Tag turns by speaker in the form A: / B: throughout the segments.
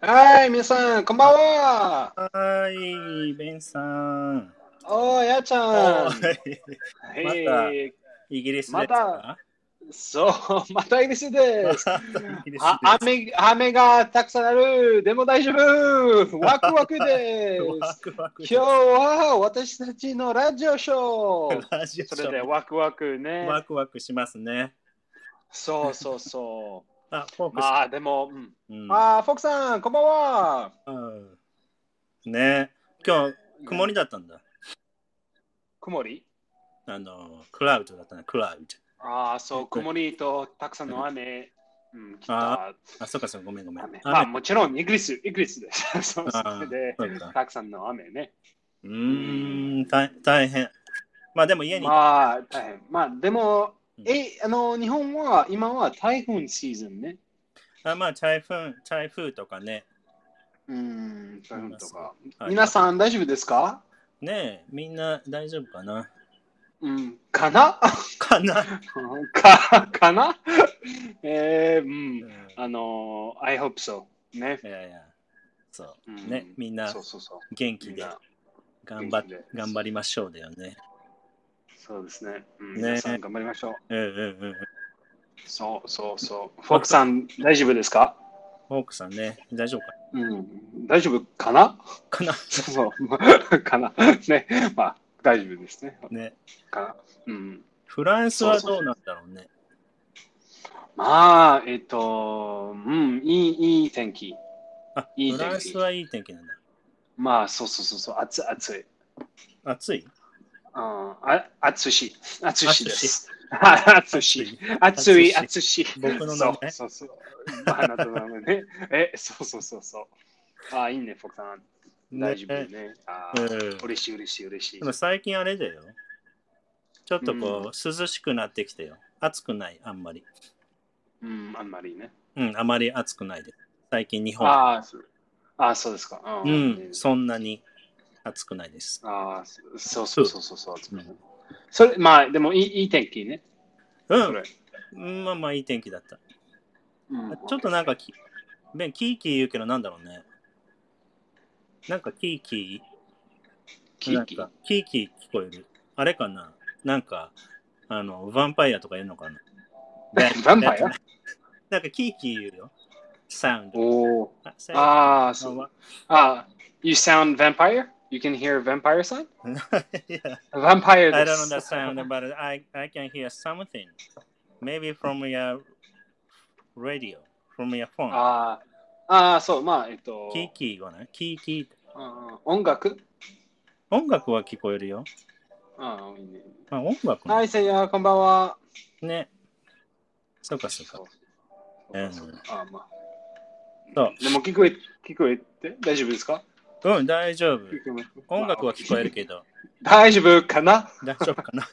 A: はい、皆さん、こんばんは。
B: はい、ベンさん。
A: おー、やーちゃん。
B: おい
A: はい、
B: イギリスです
A: ま
B: か
A: たそう、またイギリスです。
B: またイギリスです
A: あ雨雨がたくさんある。でも大丈夫。ワクワクで
B: ワ
A: す。
B: クワク
A: 今日は私たちのラジオショー。
B: ラジオ
A: そ
B: ショ
A: れで
B: ー
A: ワクワクね。
B: ワクワクしますね。
A: そうそうそ
B: あ、フォ
A: う。
B: ークス
A: まあでも、うん、
B: うん
A: あー、フォークさん、こんばんは。
B: うんね今日、曇りだったんだ。
A: 曇り
B: あの、クラウドだったね、クラウド。
A: ああ、そう、曇りとたくさんの雨。うん、来た。
B: あ、そうかそうか、ごめんごめん。
A: 雨まあ、
B: 雨
A: もちろんイギリス、イギリス です。そうそ
B: あ
A: れで、
B: そうか
A: たくさんの雨ね。
B: うーん、大大変。まあでも家に。
A: まあ、大変。まあ、でも、
B: うん
A: え、あの、日本は今は台風シーズンね。
B: あまあ、台風、台風とかね。
A: うん、台風とか。
B: はい
A: 皆さん大丈夫ですか
B: ねえ、みんな大丈夫かな
A: うん、かな
B: かな、
A: か、かな えー、
B: う
A: うんん。あの、I hope so. ね。
B: いやいや、そう、
A: うん
B: ね、みんな
A: そうそうそう。
B: 元
A: み
B: 気
A: ん
B: で
A: な
B: 頑張っ
A: 元気で
B: 頑張りましょうだよね。
A: そうですね。うん、
B: ね
A: 皆さん頑張りましょう。
B: うんうんうん。
A: そうそうそう。フォークさん、大丈夫ですか
B: フォークさんね、大丈夫か
A: うん、大丈夫かな
B: かな
A: そう、かな。ね、まあ、大丈夫です ね。
B: ね、
A: かな。うん。
B: フランスはどうなんだろうね。
A: まあ、えっと、うん、いい、いい天気。
B: あ、
A: いい
B: フ
A: 天気
B: ランスはいい天気なんだ。
A: まあ、そうそうそうそう、暑い、暑い。うん、
B: 暑い
A: あ、暑いし、暑いしです。暑いし、
B: 暑
A: 暑
B: い
A: い、暑いし。
B: 僕の名前
A: そうそうそう。まあ、あなたの名前ね。え、そうそうそうそう。あ、いいね、フォークさん。大丈夫
B: ね
A: ね。あ
B: うん、
A: ー
B: で
A: 嬉しい、嬉しい、嬉しい。
B: も最近あれだよ。ちょっとこう、涼しくなってきてよ。暑くない、あんまり。
A: うん、あんまりね。
B: うん、あまり暑くないです。最近日本。
A: ああ、そうあーそうですか。
B: う
A: うん
B: ん、そんなに暑くないです。
A: ああ、そそうそうそうそうそう。
B: うん
A: それ、まあ、でもいいいい天気ね。
B: う
A: そ
B: ん
A: れ。
B: うん、まあまあいい天気だった。
A: うん
B: ちょっとなんかき、ベン、キーキー言うけどなんだろうね。なんかキーキ
A: キ
B: ー、な
A: ー
B: ん
A: キ
B: かキーキー聞こえる。あれかななんか、あの、ヴァンパイアとか言うのかな
A: ヴァンパイア
B: なんかキーキー言うよ。サウンド。
A: おお。
B: あ、サウンド
A: ああ、
B: あ
A: そう。
B: わ
A: ああ、You sound vampire? You can hear a vampire sign?
B: Yeah.
A: Vampire
B: I
A: で
B: don't
A: す。
B: understand, but I, I can hear something. Maybe from your radio, from your phone.
A: ああ、ああ、そう、まあ、えっと、
B: キーキー言わないキーキーって。
A: うん音楽
B: 音楽は聞こえるよ。
A: ああ、いいね。
B: まあ、音楽も
A: はい、せいや、こんばんは。
B: ね。そうかそうか
A: そう。
B: うん
A: そうああ、ま
B: そ
A: あ。でも、聞こえ、聞こえて大丈夫ですか
B: う。うん、大丈夫。
A: 聞こえます
B: 音楽は聞こえるけど、
A: 大丈夫かな
B: 大丈夫 かな。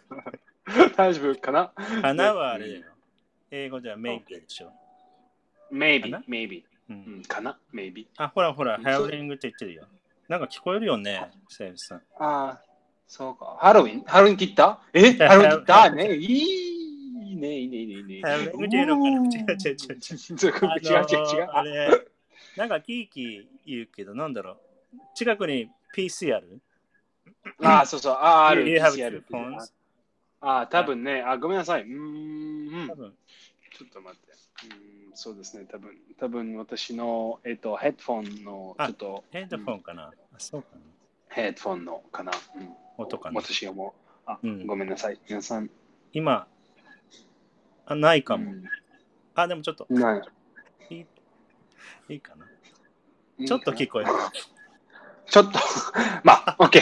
A: 大丈夫かな
B: 花はあれだよ。英語ではメイクでしょ。
A: Maybe,
B: かな
A: maybe. う
B: う、
A: んん、かな ?Maybe.
B: あ、ほらほら、
A: うん
B: ハウリングって言ってるよ。なんか聞こえるよね、セイブさん。
A: ああ、そうか。ハロウィンハロウィン切ったえ
B: や
A: ハロウィン切っ
B: ハ
A: た
B: ロウ
A: ねいいね、いいね、いいね、いいね。
B: ハロウィン切っていうのかな
A: おーそうか違う違う違う。
B: 違う違う違う違うあのーあれ、なんかキーキー言うけど、なんだろう。近くに PC ある
A: ああ、そうそう。ああ、ある。
B: You have
A: PC ある
B: two phones?
A: ああ、多分ね。あ、ごめんなさい。うーん。
B: 多分。
A: ちょっと待って。うーん、そうですね。多分、多分私の、えっと、ヘッドフォンの、ちょ
B: あ
A: っと、
B: ヘッドフォンかな。あ、そうかな。
A: ヘッドフォンのかな。うん
B: 音かな。
A: 私がもう。あ
B: うん、
A: ごめんなさい。皆さん。
B: 今、あ、ないか
A: う
B: も。
A: ん
B: あ、でもちょっと、
A: ない
B: いいいいかな。ちょっと聞こえる。
A: ちょっと、 まあ、OK。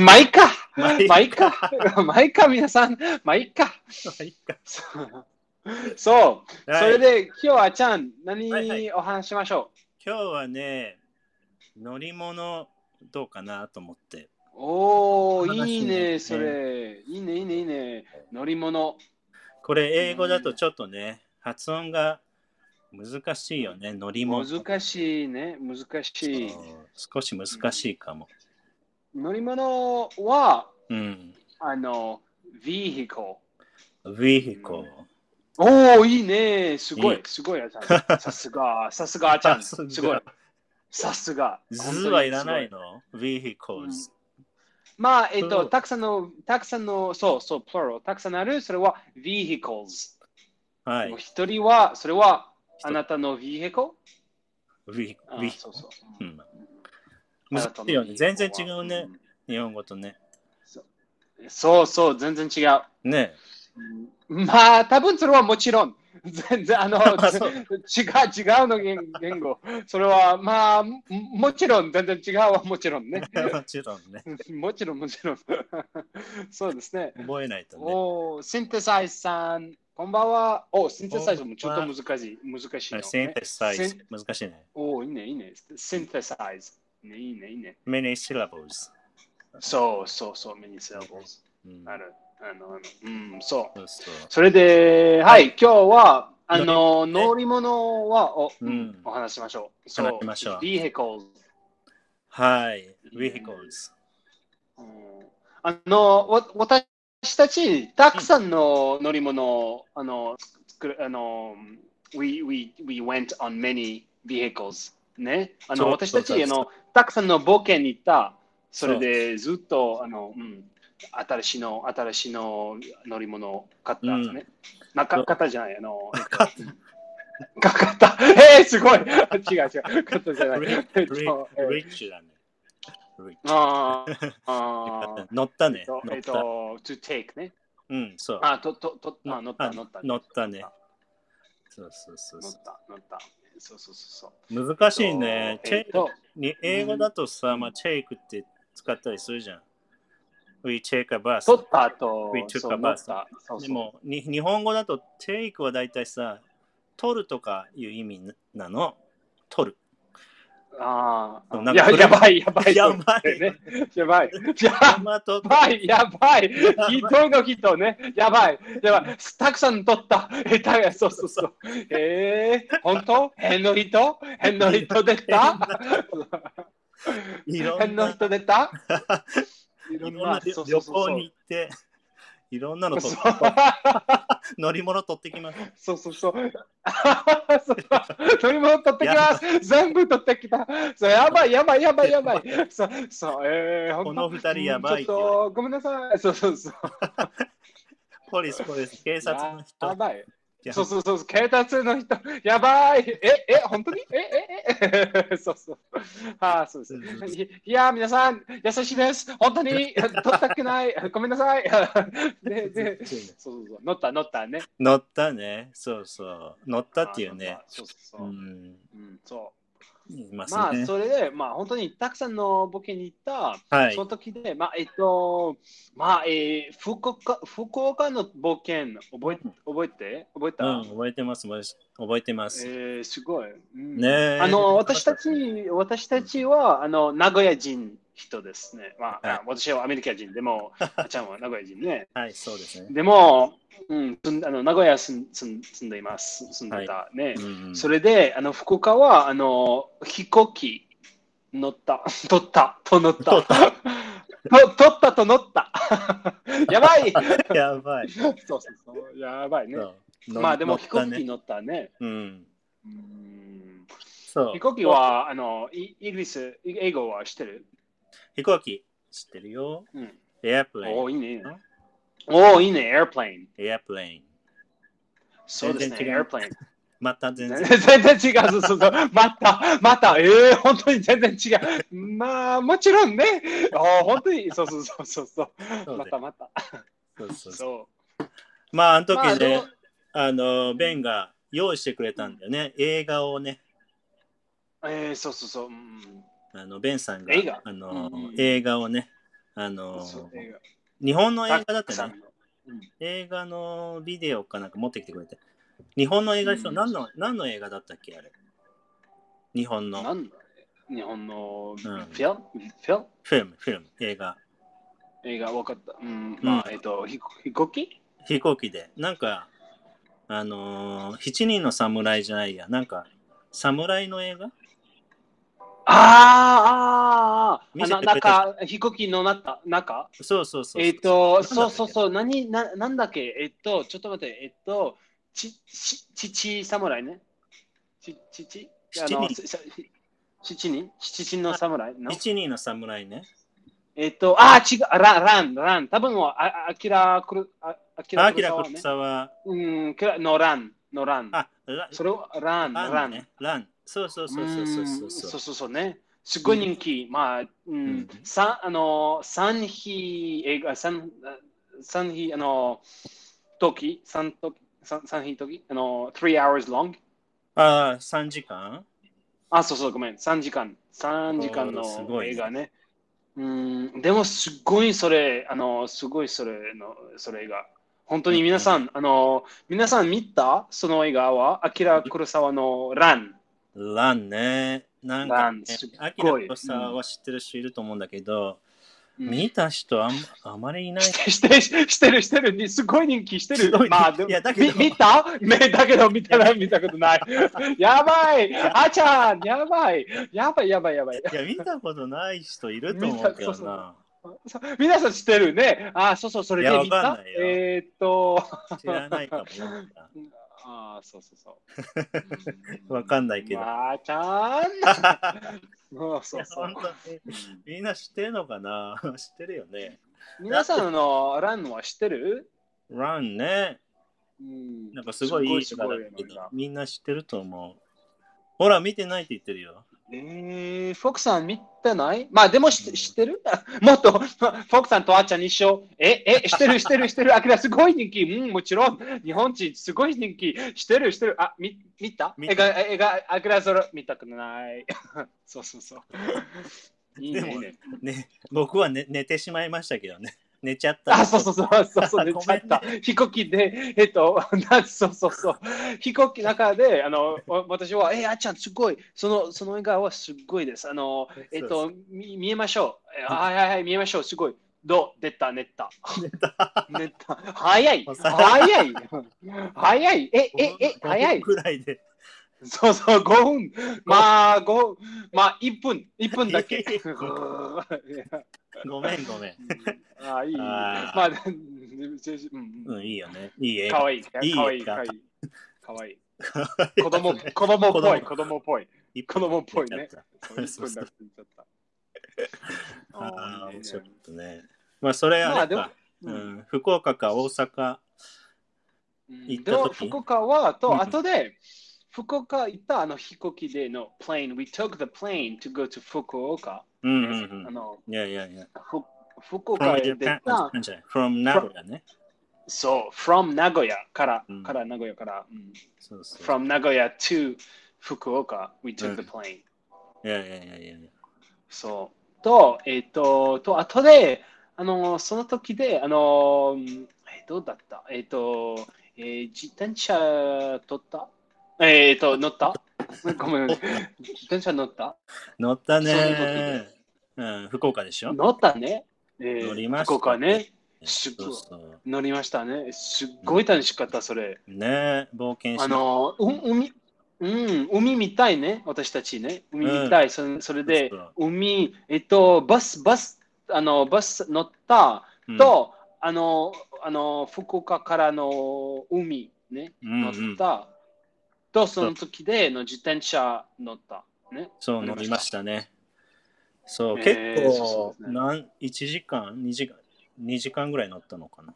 A: まあいいか。
B: まあいいか
A: まあいい か。まあいいか、皆さん。まあいいか。
B: いいか
A: そう、そう
B: はい
A: それで今日はちゃん、何
B: はいはい
A: お話ししましょ
B: 今日はね、乗り物どうかなと思って。
A: う。おお、
B: 話ね
A: いいね、それ。いいね、いいね、いいね。乗り物。
B: これ英語だとちょっとね、発音が難しいよね、乗り物。
A: 難しいね、難しい。
B: そう少し難しいかも。
A: 乗り物は、
B: うん。
A: あの、vehicle。
B: vehicle。
A: おお、いいね、すご
B: いい
A: い、すごい、あちゃん。さすが、さすが、あちゃん。
B: さすが
A: すごい。さすが。
B: 図はいらない
A: の。
B: の ?vehicles。
A: まあ、えっ
B: そ
A: と、
B: う
A: たくさんの、たくさんの、そうそう、プラル、たくさんある、それは vehicles。
B: は
A: も。
B: いう
A: 一人は、それは、
B: 人
A: あなたの vehicle?
B: ve-
A: あ
B: ve-
A: そうそう。
B: うん
A: あな
B: 難
A: たの
B: しいよね。全然違
A: vehicle は
B: うね。。日本語とね。
A: うんそうそう、全然違う。
B: ね
A: まあ、多分それはもちろん。全然、あの、
B: あ
A: 違
B: そう
A: う、違うの言言語。それは、まあ、ももちろん、全然違うはもちろんね。
B: え。もちろんね。
A: もちろん、もちろん。 そうですね。
B: 覚えないとね。
A: おーシンテサイズさん、こんばんは。おーシンテサイズもちょっと難しい。難しいの、ね。
B: はいセンテサイ
A: せ
B: ズ
A: ん。
B: 難しいね。
A: おーいいね、いいね。シンテサイズ。ね、いいね、いいね。
B: many syllables。
A: そうそうそう、ミニセルボス。
B: うん
A: ある。あの、あの、うん、そう。
B: そうそう。
A: それで、はい、今日は、あの、乗
B: 乗
A: り物は、お、
B: うん
A: お話ししましょう。そう、
B: 話しましょう
A: vehicles。
B: はい。
A: いね
B: vehicles。
A: うんあの、わ私たち、たくさんの乗り物を、あの、作る、あの、we, we, we went on many vehicles。ね。あ
B: そ
A: の、
B: う
A: 私た
B: そう
A: ち、
B: そ
A: あ
B: う
A: の、たくさんの冒険に行った。それで、ずっと、あの、うん、新しいの、新しいの乗り物を買ったんですね。なか、
B: そう
A: 買ったじゃない、あの、
B: 買っ
A: かかった。 えー、すごい。違う違う。買ったじ ゃない。
B: リ
A: えっ
B: リ
A: とえー
B: リッチだね。リッチ。
A: あーあー。
B: 乗ったね。
A: とえ
B: 乗
A: っ
B: っ
A: と
B: た。、
A: to take ね。
B: うん、そう。
A: あ、と、と、と、あ、乗った、
B: あ
A: 乗った。
B: 乗ったね。そうそうそう
A: 乗
B: そ
A: った、乗った。そうそうそう
B: う。
A: そう。
B: 難しいね。
A: えっ
B: take
A: と、
B: に英語だとさ、まあ、チェイクって使ったりするじゃん。We take a
A: 取
B: bus.
A: った後
B: We、took
A: そう
B: a
A: 乗
B: bus
A: った。そう
B: で
A: そう。
B: もに、日本語だと take は大体さ、取るとかいう意味なの。取る。
A: あ
B: そ
A: あ。
B: うなん
A: い
B: か
A: や、
B: それ
A: やばい、やばい。
B: やばい
A: ね。やばい。や
B: 山と
A: ばい、やばい。
B: ばい
A: 人の人ね。やばい。やばい。たくさん取った。えたそうそうそう。えー、本当変の人変の人でした
B: いろ
A: 変
B: ん
A: の
B: な
A: 人でしたい
B: いろんな旅
A: そうそ
B: 旅
A: うそう
B: 行
A: そう
B: に行って、いろんなの取っ
A: そう
B: 乗り物取ってきます。
A: そうそう そう。そう取り物取ってきます。全部取ってきた。そうやばいやばいやばいやば い。そうそうえー、ほんと
B: この二人やばい
A: ち
B: って言われ
A: ょっとごめんなさい。そうそうそう。
B: ポリス、ポリス、警察の
A: や
B: 人。
A: ばい。
B: いや
A: そうそうそう。警察の人やばい。ええ本当にええ えそうそう。あーそうです。いいや皆さん優しいです。本当に取ったくない。ごめんなさい。 ででそうそうそう乗った乗ったね。
B: 乗ったね。そうそう。乗ったっていうね
A: あ。ー。乗ったそうそう
B: う
A: そう。
B: ん。
A: うん、そう。
B: います
A: ま
B: ね
A: あ。それで、まあ、本当にたくさんのボケに行った、
B: はい
A: そ。の時で、まあえっとまあえー、福岡福岡の冒険覚え覚えて覚えた、
B: うん、覚えてます。覚えてます。
A: えーすごい。うん
B: ねえ
A: あの私たち私たちはあの名古屋人人ですね、まあ
B: はい
A: 私はアメリカ人で もあっちゃんは名古屋人ね
B: はい、そうですね。
A: でも、うん、住んあの名古屋住ん住ん住んでいます住んでたね、
B: うん
A: それで、あの福岡はあの飛行機乗った、 取った、と乗った、
B: 取
A: と取った と乗った。 やばい
B: やばい。
A: そうそうそう、やばいね。
B: そう
A: まあでも
B: 乗
A: 飛
B: った
A: 行
B: ね
A: 機乗ったね。
B: うん。
A: うん
B: そう。
A: 飛行機はあのイイギリス、イ英語は知ってる、
B: 飛行機知ってるよ。
A: うん、
B: エアプレイ
A: お
B: ン。
A: お、いいね
B: うん。
A: おお、いいね、エアプレイン。
B: エアプレイン。
A: そうですね、
B: 全
A: エ
B: 然違う
A: アプレイン。
B: また全然。
A: 全然違う、そうそうそう、また、また、ええ本当に全然違う。まあ、もちろんね、あー本当に、そうそうそうそうそう、
B: そう
A: ま
B: で
A: たまた、
B: そうそうそう
A: そ
B: まあ、あの
A: う。まあ
B: 時
A: で
B: ね
A: も、
B: あの、ベンが用意してくれたんだよね。映画をね、
A: えー、そうそうそう、うん、
B: あの、ベンさんが
A: 映画、
B: あの
A: うんう、ん
B: 映画をね、あの、
A: そう映画
B: 日本の映画だっ
A: たく
B: た
A: さ
B: ね
A: ん。の
B: 映画のビデオかなんか持ってきてくれて。日本の映画でしょ、
A: うん
B: 何の何の映画だったっけあれ日本の
A: なんだ日本のフ
B: ん
A: ィルム、フィルム
B: フィルム、フィルム、映画。
A: 映画、わかった。うん、まあ、えっ、と、ひ飛行機
B: 飛行機で。なんか、あのー、7人の侍じゃないや。なんか、侍の映画
A: あーあー、あーあ
B: 見せ
A: の、
B: てくれた
A: 中、飛行機の中、中
B: そうそうそう。
A: えっ、と、
B: なんだ
A: そ
B: っ
A: う
B: け
A: そうそう、何、ななんだっけ、えっ、と、ちょっと待って、えっ、と、ち、ち、ちち侍ね。ち、ちち、
B: 七人
A: ささ七人七人の侍の
B: 一人の侍ね。
A: えっと、あー、違う、ラン、ラン、ラン。多分は、あ、あきらくる、あ、あき
B: ア
A: ら
B: キ
A: く
B: ラ
A: る。
B: コルサは、
A: うん、きらのラン、のラン。
B: あ、ラ
A: それをラン、ラ
B: ラン
A: ン。
B: ね。ラン。そうそうそうそうそうそう
A: そ
B: そう
A: そうそうね。すごい人気。まあ、うん
B: ん、
A: 三、あの、三日映画、三、三日、あの、時、三時、三三日時、あの、three hours long。
B: う。ああ、3時間
A: あ、そうそう、ごめん、3時間、3時間
B: おーすご
A: の
B: いね
A: 映画ね。うん、でも、すごいそれ、あの、すごいそれの、それが。本当に皆さん、あの、皆さん見たその映画は、アキラ・クロサワのラン。
B: ランね。なん
A: ラ
B: か、
A: ン
B: ね
A: すっごい、
B: アキラコルサは知ってる人いると思うんだけど、
A: うん
B: 見た人あんあまりいない。
A: して、してしてる、してる、にすごい人気してる
B: すごい。人気
A: まあ、でも
B: いやだけど
A: み見たね、だけど見たら見たこと ない。やばいあちゃんやばいやばいやばいやばい。
B: いや、見たことない人いると思うけ
A: 見た
B: ど
A: そうそ
B: な。
A: そう皆さん知ってるね。あ、そうそう、それで
B: いや
A: 見
B: わかん
A: た
B: ないよ
A: えーっと、
B: 知らないかもなんか。
A: ああ、そうそうそう。
B: わかんないけど
A: まーち ゃーんそうそうそう
B: いや。本当にみんな知ってるのかな 知ってるよね。
A: 皆さんのランは知ってる
B: ランね。
A: うん
B: なんかすごいいい
A: す
B: 人だ
A: ごい
B: け
A: すごい
B: ど、みんな知ってると思う。ほら、見てないって言ってるよ。
A: えー、フォクさん見てないまあでも知知ってる もっと、フォクさんとあーちゃん一緒。え、え、知ってる、知 ってる、知ってる。あきらすごい人気。うん、もちろん。日本人すごい人気。知ってる、知ってる。あ、み見た
B: 見
A: 映
B: た
A: 画、映画、あきらそれ見たくない。 そうそうそう。いいね。
B: でも
A: いいね
B: ね、僕は、ね、寝てしまいましたけどね。 寝ちゃった。
A: あ、そうそうそう、そうそう、
B: ごめ
A: 寝
B: んね
A: ちゃった。飛行機で、えっと、 なんそうそうそう、飛行機の中で、あの、お私は、え、あっちゃん、すごい、その、その映画はすごいです。あの、えっと、み見えましょう。えはいはいはい、見えましょう、すごい。どう出た、寝た。 寝た。早い
B: もうさ
A: 早い 早いえ、え、え、早い
B: くらいで。
A: そうそう、5分。まあ、5分。まあ、1分。1分だけ。
B: ごめん、ごめん。
A: あいい。
B: あー
A: まあ、うん
B: うん、いいよね。いい映
A: か
B: 画。
A: わいい、かわいい、かわいい。かわいい。子供、
B: ね
A: 子供っぽい、子
B: 子供
A: 供っぽい。
B: 一
A: 子
B: 本
A: 供っぽいね
B: 寝ちゃった。
A: そうそうそう。
B: ああ、面白
A: い
B: かったね。まあ、それ
A: ま
B: あ
A: あ
B: れ
A: でも
B: か。うん、福岡か大阪。
A: ね。
B: 行っ
A: で
B: た時
A: も、福岡は、
B: うん
A: と、後で、福岡行ったあの飛行機での plane、we took the plane to go to 福岡。
B: うんう
A: あ
B: ん
A: の、
B: うん。いやいやいや。
A: ふ福岡
B: from
A: へ出
B: Japan
A: た、
B: じゃない from 名古屋ね。
A: そう、from 名古屋から
B: うん、
A: から名古屋から、うん
B: そうそう。
A: from 名古屋 to 福岡、we took the plane。
B: いやいやいやいや。
A: そう。と、えっ、と、と、あとで、あの、その時で、あの、うんえどうだったえっ、と、えー自転車取ったえっ、と、乗ったごめん、自転車乗った
B: 乗ったね
A: そういうこ
B: うん、福岡でしょ
A: 乗ったね。えー
B: 乗りました
A: 福岡ね。す
B: そう
A: ごい
B: そう。
A: 乗りましたね。すっごい楽しかった、それ。
B: ね冒険
A: あ
B: し
A: の、う海、うん、海見たいね、私たちね。海見たい。それそれで
B: そうそう、
A: 海、えっと、バス、バス、あの、バス乗った。
B: うん
A: と、あの、あの、福岡からの海ね、
B: うん
A: 乗
B: う
A: った。
B: ん、
A: と、その時での自転車乗った。ね。
B: そう、乗りましたね。そう、
A: えー
B: 結
A: そうそ
B: 構
A: うですね
B: なん、1時間、2時間、2時間ぐらい乗ったのかな。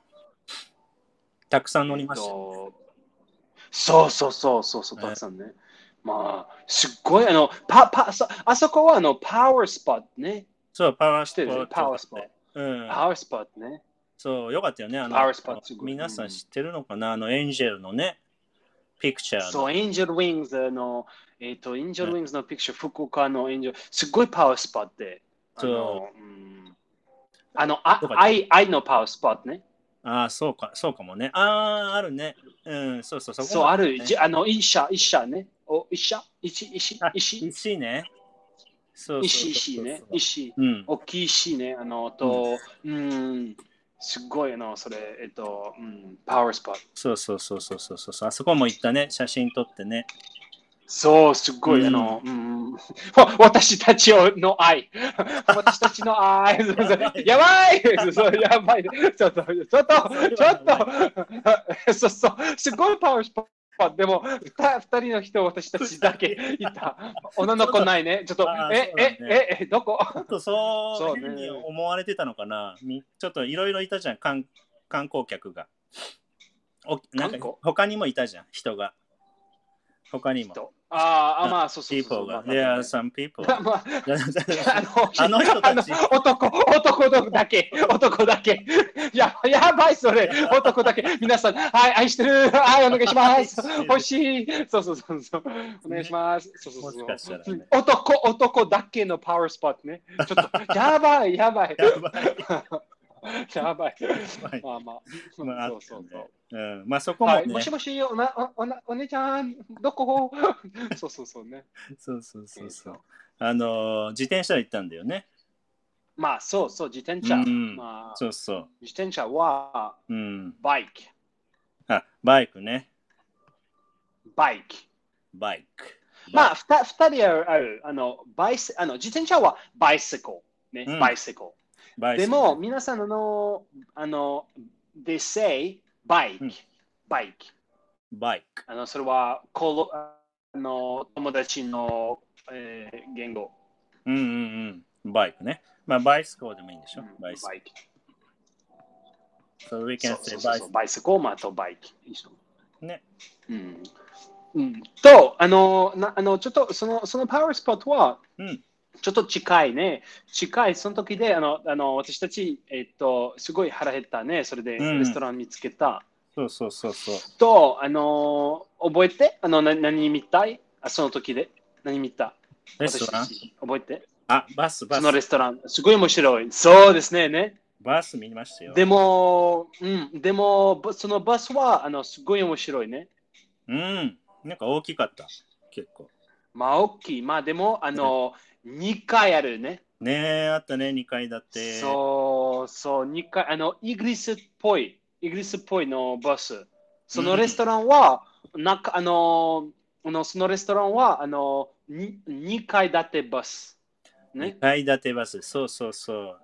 B: たくさん乗りましたよ。
A: とそうそうそうそうそう、
B: えー
A: たくさんね。まあ、すっごい、あの、パパそあそこはあの、パワースポットね。
B: そう、パワー
A: 知っ
B: ス
A: て
B: ポ
A: る
B: ッ
A: ね
B: ト。
A: パワースポット。
B: うん。
A: パワースポットね。
B: そう、よかったよね。あの
A: パワースポットすごい
B: 皆さん知ってるのかな、あの、エンジェルのね、ピクチャーの。
A: そう、エンジェルウィングズの、えっ、と、エンジェルウィングズのピクチャー、福岡のエンジェル、すごいパワースポットで。あの、うんあの、あ
B: どこだっけ
A: 愛愛のパワースポットね。
B: ああ、そうか、そうかもね。ああ、あるね。うん、そうそう、そこ、
A: そう、ある、じ
B: ね、
A: あの、一社、一社ね。お、一社一、一、
B: あ
A: 石
B: 石ね。そうそうそう
A: 石、石ね。石。
B: うん。
A: 大きい石ね。あの、と、うん、すごい、あの、それ、えっと、うん、パワースポット。
B: そうそうそうそうそうそう。あそこも行ったね。写真撮ってね。
A: そう、すごい、
B: うん
A: あの、うん、わ私たちの 愛。私たちの愛。そうそうやばいそうそうやばい。ちょっと、ちょっと、ちょっと、そうそう、すごいパワースポッまあでも、ふた二人の人、私たちだけいた。女の子ないね。ちょっと
B: あ、ー
A: え
B: そう、
A: え
B: だね、
A: え、え、どこ
B: ちょっとそう
A: そうね
B: 変に思われてたのかな。みちょっといろいろいたじゃん、観観光客が。おなん
A: 観光
B: か他にもいたじゃん、人が。他にも。
A: とあーあ、まあ、そうそうそうそ
B: people
A: う。まあ
B: が。There are some people.
A: まあまああ
B: あ
A: の
B: の人たち
A: あの男、男だけ、男だけ。ややばい、それ、男だけ。皆さん、はい、愛してる、はい、お願いし ます。美味しい。そうそうそうそう。お願いします。そうそう
B: も
A: そ
B: し
A: う
B: か。したらね。
A: 男、男だけのパワースポットね。ちょっ と、やばい、やばい。
B: やばい。
A: やばい。
B: ばい
A: まあまあ。
B: まあ、あ
A: そ
B: っ
A: う
B: た
A: そ
B: ん
A: う
B: で
A: そう。
B: うん、まあそこも
A: はい、
B: ね
A: もし。もし、おな、お、おな、お姉ちゃん、ど こ。そうそうそうね。
B: そうそうそうそう。あのー、自転車で行ったんだよね。
A: まあ、そうそう、自転車。
B: うん
A: まあ、
B: そうそ
A: 自転車は
B: う。うん。
A: バイク。
B: あ、バイクね。
A: バイク。
B: バイク。
A: まあ、ふた、二人ある、あの、バイス、あの、自転車はバイシコ。ね、
B: うん
A: バイシコ。
B: バイク
A: でも、、皆さんの、あの、they say バイク、
B: うん
A: バイク。
B: バイク。
A: あの、それは、この、あの、友達の、えー、言語。
B: うんうんうん。バイクね。まあ、バイスコーでもいいんでしょ。バイスコ
A: バ
B: ー。
A: イク。
B: So we
A: そ
B: can
A: うそ
B: say
A: うそう
B: バイ
A: そうバイス
B: ス
A: コーマとバイク。いい人
B: ね。
A: うん。うん、と、あの、なあのちょっとそのそのパワースポットは、
B: うん
A: ちょっと近いね。近い、その時で、あの、あの私たち、えっと、すごい腹減ったね。それで
B: うん
A: レストラン見つけた。
B: そうそうそうそう。
A: と、あの、覚えてあのな何見たいあその時で。何見た
B: レストラン
A: 私たち覚えて
B: あ、バス、バ
A: そのレ
B: ス。
A: ストラン。すごい面白い。そうですね。ね。
B: バス見ましたよ。
A: でも、うん、でも、そのバスは、あの、すごい面白いね。
B: うん。なんか大きかった。結構。
A: まあ、大きい。まあ、でも、あの、2回あるね。
B: ねえ、あったね、2階建て。
A: そう、そう、2回、あの、イギリスっぽい、イギリスっぽいのバス。そうの
B: ん
A: レストランは、なんか、あの、あのそのレストランは、あの、に2階建てバス。ね
B: 2。階建てバス。そうそうそう。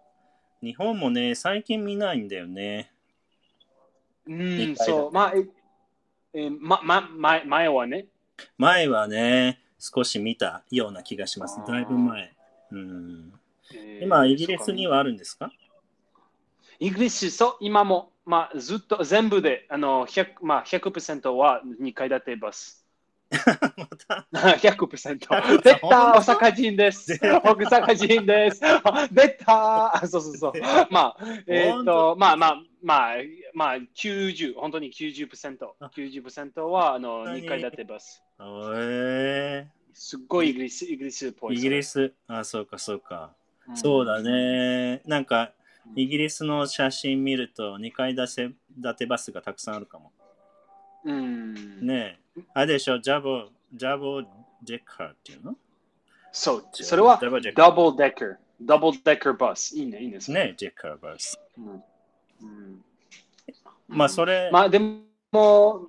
B: 日本もね、最近見ないんだよね。
A: うん、
B: 二階建て
A: そう、まあ、ええま、ま、前前はね。
B: 前はね、少し見たような気がします
A: あ。ー
B: だいぶ前。うん、
A: えー
B: 今、イギリスに。
A: そうか
B: はあるんですか
A: イギリス、そう、今も、まあ、ずっと全部で、あの、100%, まあ、100は2階建てバス。
B: ま た
A: 100%。出た大阪人です
B: 絶
A: 大阪人です 出たそうそうそう。まあ、えっ、と、まあまあ、まあ、まあ、90、本当に90%。90%は、あの、
B: 本当に
A: 2階建てバス。
B: おえ
A: すっごいイギリス、イギリスっぽ
B: ー、
A: い。
B: イギリ
A: ス、
B: ス。あ、そうか、そうか。そうだね。なんか、イギリスの写真見ると、2階建て建てバスがたくさんあるかも。
A: うん。
B: ねえ。あれでしょ、ジャボ、ジャボ・ジェッカーっていうの
A: そう、それは
B: ジ、ャボ・ジェッカ
A: ダブルデッカー。ダブルデッカーバス。いいね、いいね。
B: ー。ねえ、ジェッカーバス。
A: うん。うん
B: まあ、それ、
A: まあでも、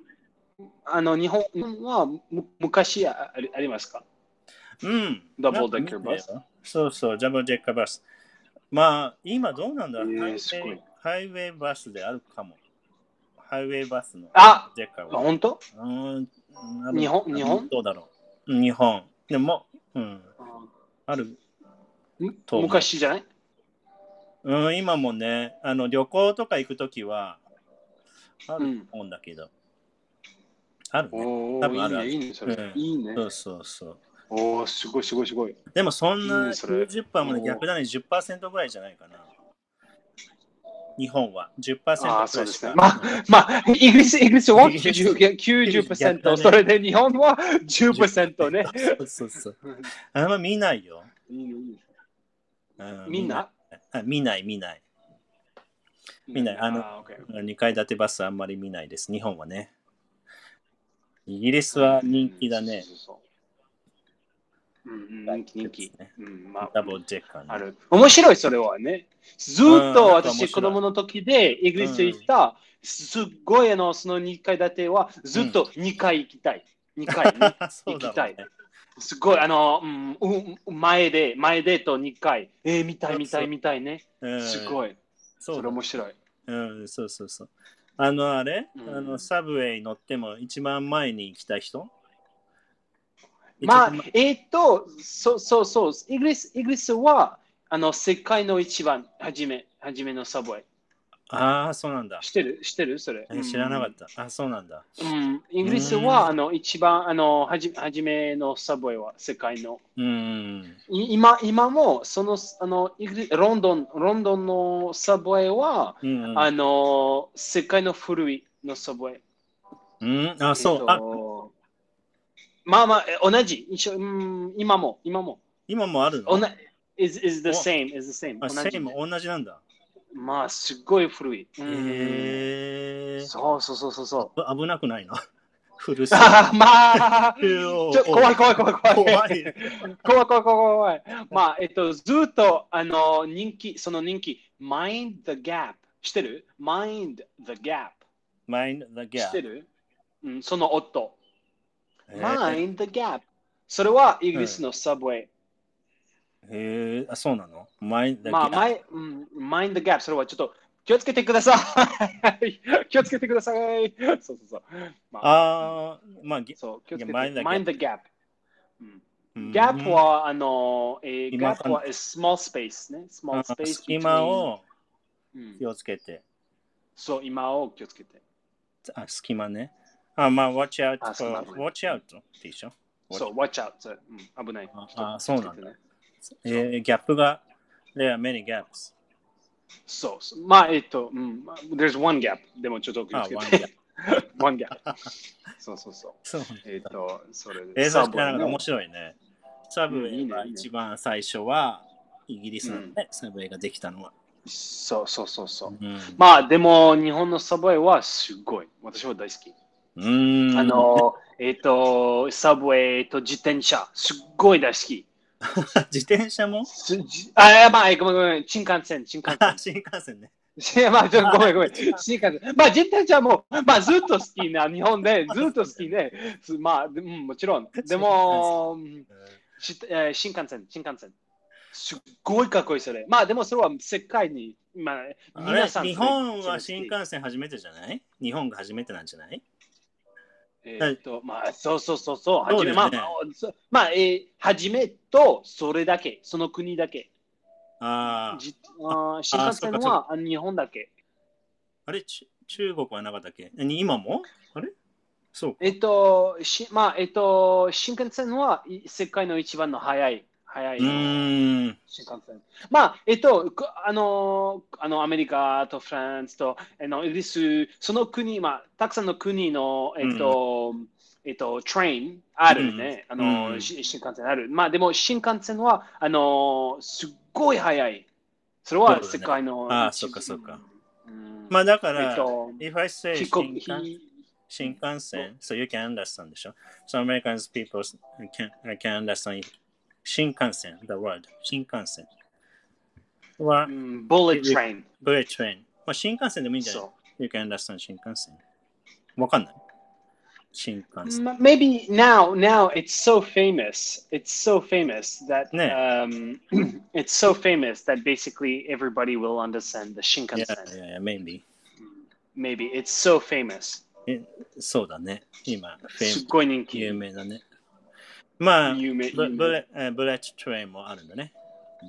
A: あの日本はむ昔あありありますか
B: うん。
A: Double decker
B: なんか見てよ。そうそう、ダブルデッカーバス。まあ、今どうなんだ、
A: えー
B: ハイウェイ
A: すごい
B: ハイウェイバスであるかも。ハイウェイバスの
A: あ
B: デッカーは。
A: 本当
B: うーんあの
A: 日本日本
B: どうだろううん日本。でも、うん、ある。
A: む
B: と思う
A: 昔じゃない
B: うん、今もね、あの旅行とか行くときは、あ
A: う
B: る
A: ん
B: と思うんだけど。あるね。
A: お
B: 多分ある
A: ー
B: ある
A: いいね、いいね、それ。
B: うん
A: いいね
B: そ。うそうそう。
A: おお、すごい、すごい、すごい。
B: でもそん
A: いい
B: な
A: ねそれ
B: 90%まで逆だね、10%ぐらいじゃないかな。日本は10%ぐらいしか。
A: ああ、そうですね。まあ、まあ、イギリス、イギリスは
B: イギリス
A: 90%、
B: 逆だ
A: 90%
B: ね
A: それで日本は10%ね。
B: そうそうそう。あんま見ないよ。
A: いいねいいね
B: うん
A: みんな
B: あ見ない見ない。みんなあの
A: ーオッケー
B: 2階建てバスあんまり見ないです。日本はね。イギリスは人気だね
A: そ。うそうそううんうん、人気、人気。うん、まあ、
B: ダブルジェッカーね。
A: ある。面白い、それはね。ずーっと
B: うんなんか面白
A: 私、
B: い
A: 子供の時でイギリス行った、すっごいあの、その2階建ては、ずっと2階行きたい。2階ね。
B: そ
A: 行
B: うだろうね
A: き たいすごい、あの、うんうん、うん前で、前でと2階。えー、見たい、見たい、見たいね。
B: うん
A: すごい。そ
B: そ
A: うれ
B: だ
A: 面白い。
B: うん、そうそうそう。あのあれ、
A: うん
B: あのサブウェイ乗っても一番前に来た人
A: まあ
B: 一番、
A: えーっと、そうそうそう、イギリスイギリスはあの世界の一番初め、初めのサブウェイ。
B: ああ、そうなんだ。
A: 知ってる知ってるそれ。
B: え知らなかった。あそうなんだ。
A: うん、イギリス
B: う
A: は
B: ん
A: あの一番あのはじ初めのサブウェイは世界の。
B: うーん。
A: い今今もそのあのイギリロンドンロンドンのサブウェイは、
B: うんうん、
A: あの世界の古いのサブウェイ。
B: うん、あ、そう、
A: えっ
B: あ
A: とまあまあえ同じ一緒、うん、今も今も
B: 今もあるの
A: おな is, is the
B: お
A: same is the same
B: あ、
A: 同
B: セ
A: じ
B: イム同じなんだ。
A: まあすっごい古い。うん
B: へえ。
A: そうそうそうそうそう。
B: あ危なくないの古す
A: あーまあ
B: ぎるよ
A: ちょ怖い怖い怖い怖い。
B: 怖い。
A: 怖い怖い怖い怖い。まあ、えっと、ずっと、あの、人気、その人気、Mind the Gap。してる ?Mind the Gap。
B: Mind the
A: し
B: gap
A: て。る、うん、その夫。
B: えー
A: Mind the Gap。それはイギリスのサブウェイ。
B: へえ、あ、そうなの ?Mind the
A: まあ、
B: gap。
A: my- うん、Mind the Gap。それはちょっと気をつけてください。 気をつけてください。そうそうそう。まあ、
B: あー、まあ、ギ
A: そう気をつけて。
B: いや Mind
A: Mind
B: the Gap
A: the Gap。うん
B: うん
A: ギャップは、あの、えー、ギャ
B: 今わ
A: ッ
B: か
A: プ
B: んな
A: は、small space ね。small
B: あ
A: space
B: 隙間
A: between
B: を
A: うん
B: 気をつけて。
A: そう、今を気をつけて。
B: あ、隙間ね。あ、まあ、watch out
A: あそうな
B: for
A: の
B: watch out でしょ。Watch-
A: そう、watch out それ。うん、危ない。
B: あ
A: ちょっと
B: あそうなんだ
A: 気をつけてね
B: えー、ギャップが。There are many gaps.
A: そうそう。まあ、えっと、うん、まあ there's one gap。でもちょっと気を
B: あ、
A: つけ
B: one
A: て
B: gap。。
A: one gap。そう そうそう。
B: そう。
A: えっと、それ
B: えー、そ
A: サ
B: う
A: ブウェイ
B: なん
A: の
B: か面白いね。サブウ
A: うんいい
B: ェイ
A: ね
B: はい
A: いね
B: 一番最初はイギリスなんで、サブウェイができたのは。
A: そうそうそうそうう。
B: ん。
A: まあ、でも、日本のサブウェイはすごい。私は大好き。
B: うーん
A: あ、の、えっと、サブウェイと自転車、すっごい大好き。
B: 自転車も
A: すじあ、やばい、ごめんごめん。新幹線、新幹線
B: あ。 新幹線ね。
A: い やまあ、ちょっとごめんごめん。新幹線。まあ、自転車も、まあ、ずっと好きな、日本でずっと好きで、すまあ、でうん、もちろん。でも、うんしえー新幹線、新幹線。すっごいかっこいい、それ。まあ、でもそれは世界に、まあ、
B: あれ
A: 皆さん。
B: 日本は新幹線初めてじゃない日本が初めてなんじゃない
A: えーっと、まあ、そうそうそうそう、は
B: そう
A: じ
B: だ
A: め、
B: よね
A: まあ、まあ、そまあ、えー、はじめと、それだけ、その国だけ。
B: ああ、
A: じあー新幹線
B: あそうか
A: はあ日本だけ。
B: あれ、ち中国はなかったっけに今もあれそうか。
A: えっと、しまあ、えっと、新幹線はい世界の一番の早い、早いう
B: ーん。
A: 新幹線。まあ、えっと、くあの、あのアメリカとフランスと、あのイギリス、その国、まあ、たくさんの国の、えっと、えっと、トレインあるね、
B: うん
A: あの、
B: うん
A: し新幹線ある。まあ、でも新幹線は、あの、すっごい早い。それは世界の一。
B: あーそっかそっか
A: うん。
B: まあだか
A: えっ
B: ら、
A: と、
B: if I say
A: 飛
B: 新
A: 行
B: 幹
A: 機。
B: 線、新幹線、so you can understand でしょ ?So American people can, can understand it. 新幹線、the word, 新幹線。は
A: う、ん、ボレットトレイン。
B: bullet train。まあ新幹線でもいいんじゃない
A: そう。
B: You can understand 新幹線。わかんない。新幹線。
A: M- maybe now now it's so famous it's so famous that
B: Ναι.
A: um, it's so famous that basically everybody will understand the
B: Yeah,
A: shinkansen
B: yeah, yeah, maybe.
A: maybe it's so famous
B: そうだね。今、フェイム、有
A: すっごい人気。
B: 名だね。まあ、
A: 有名
B: ブ
A: 有名
B: ブレえブレットトレインもあるんだね。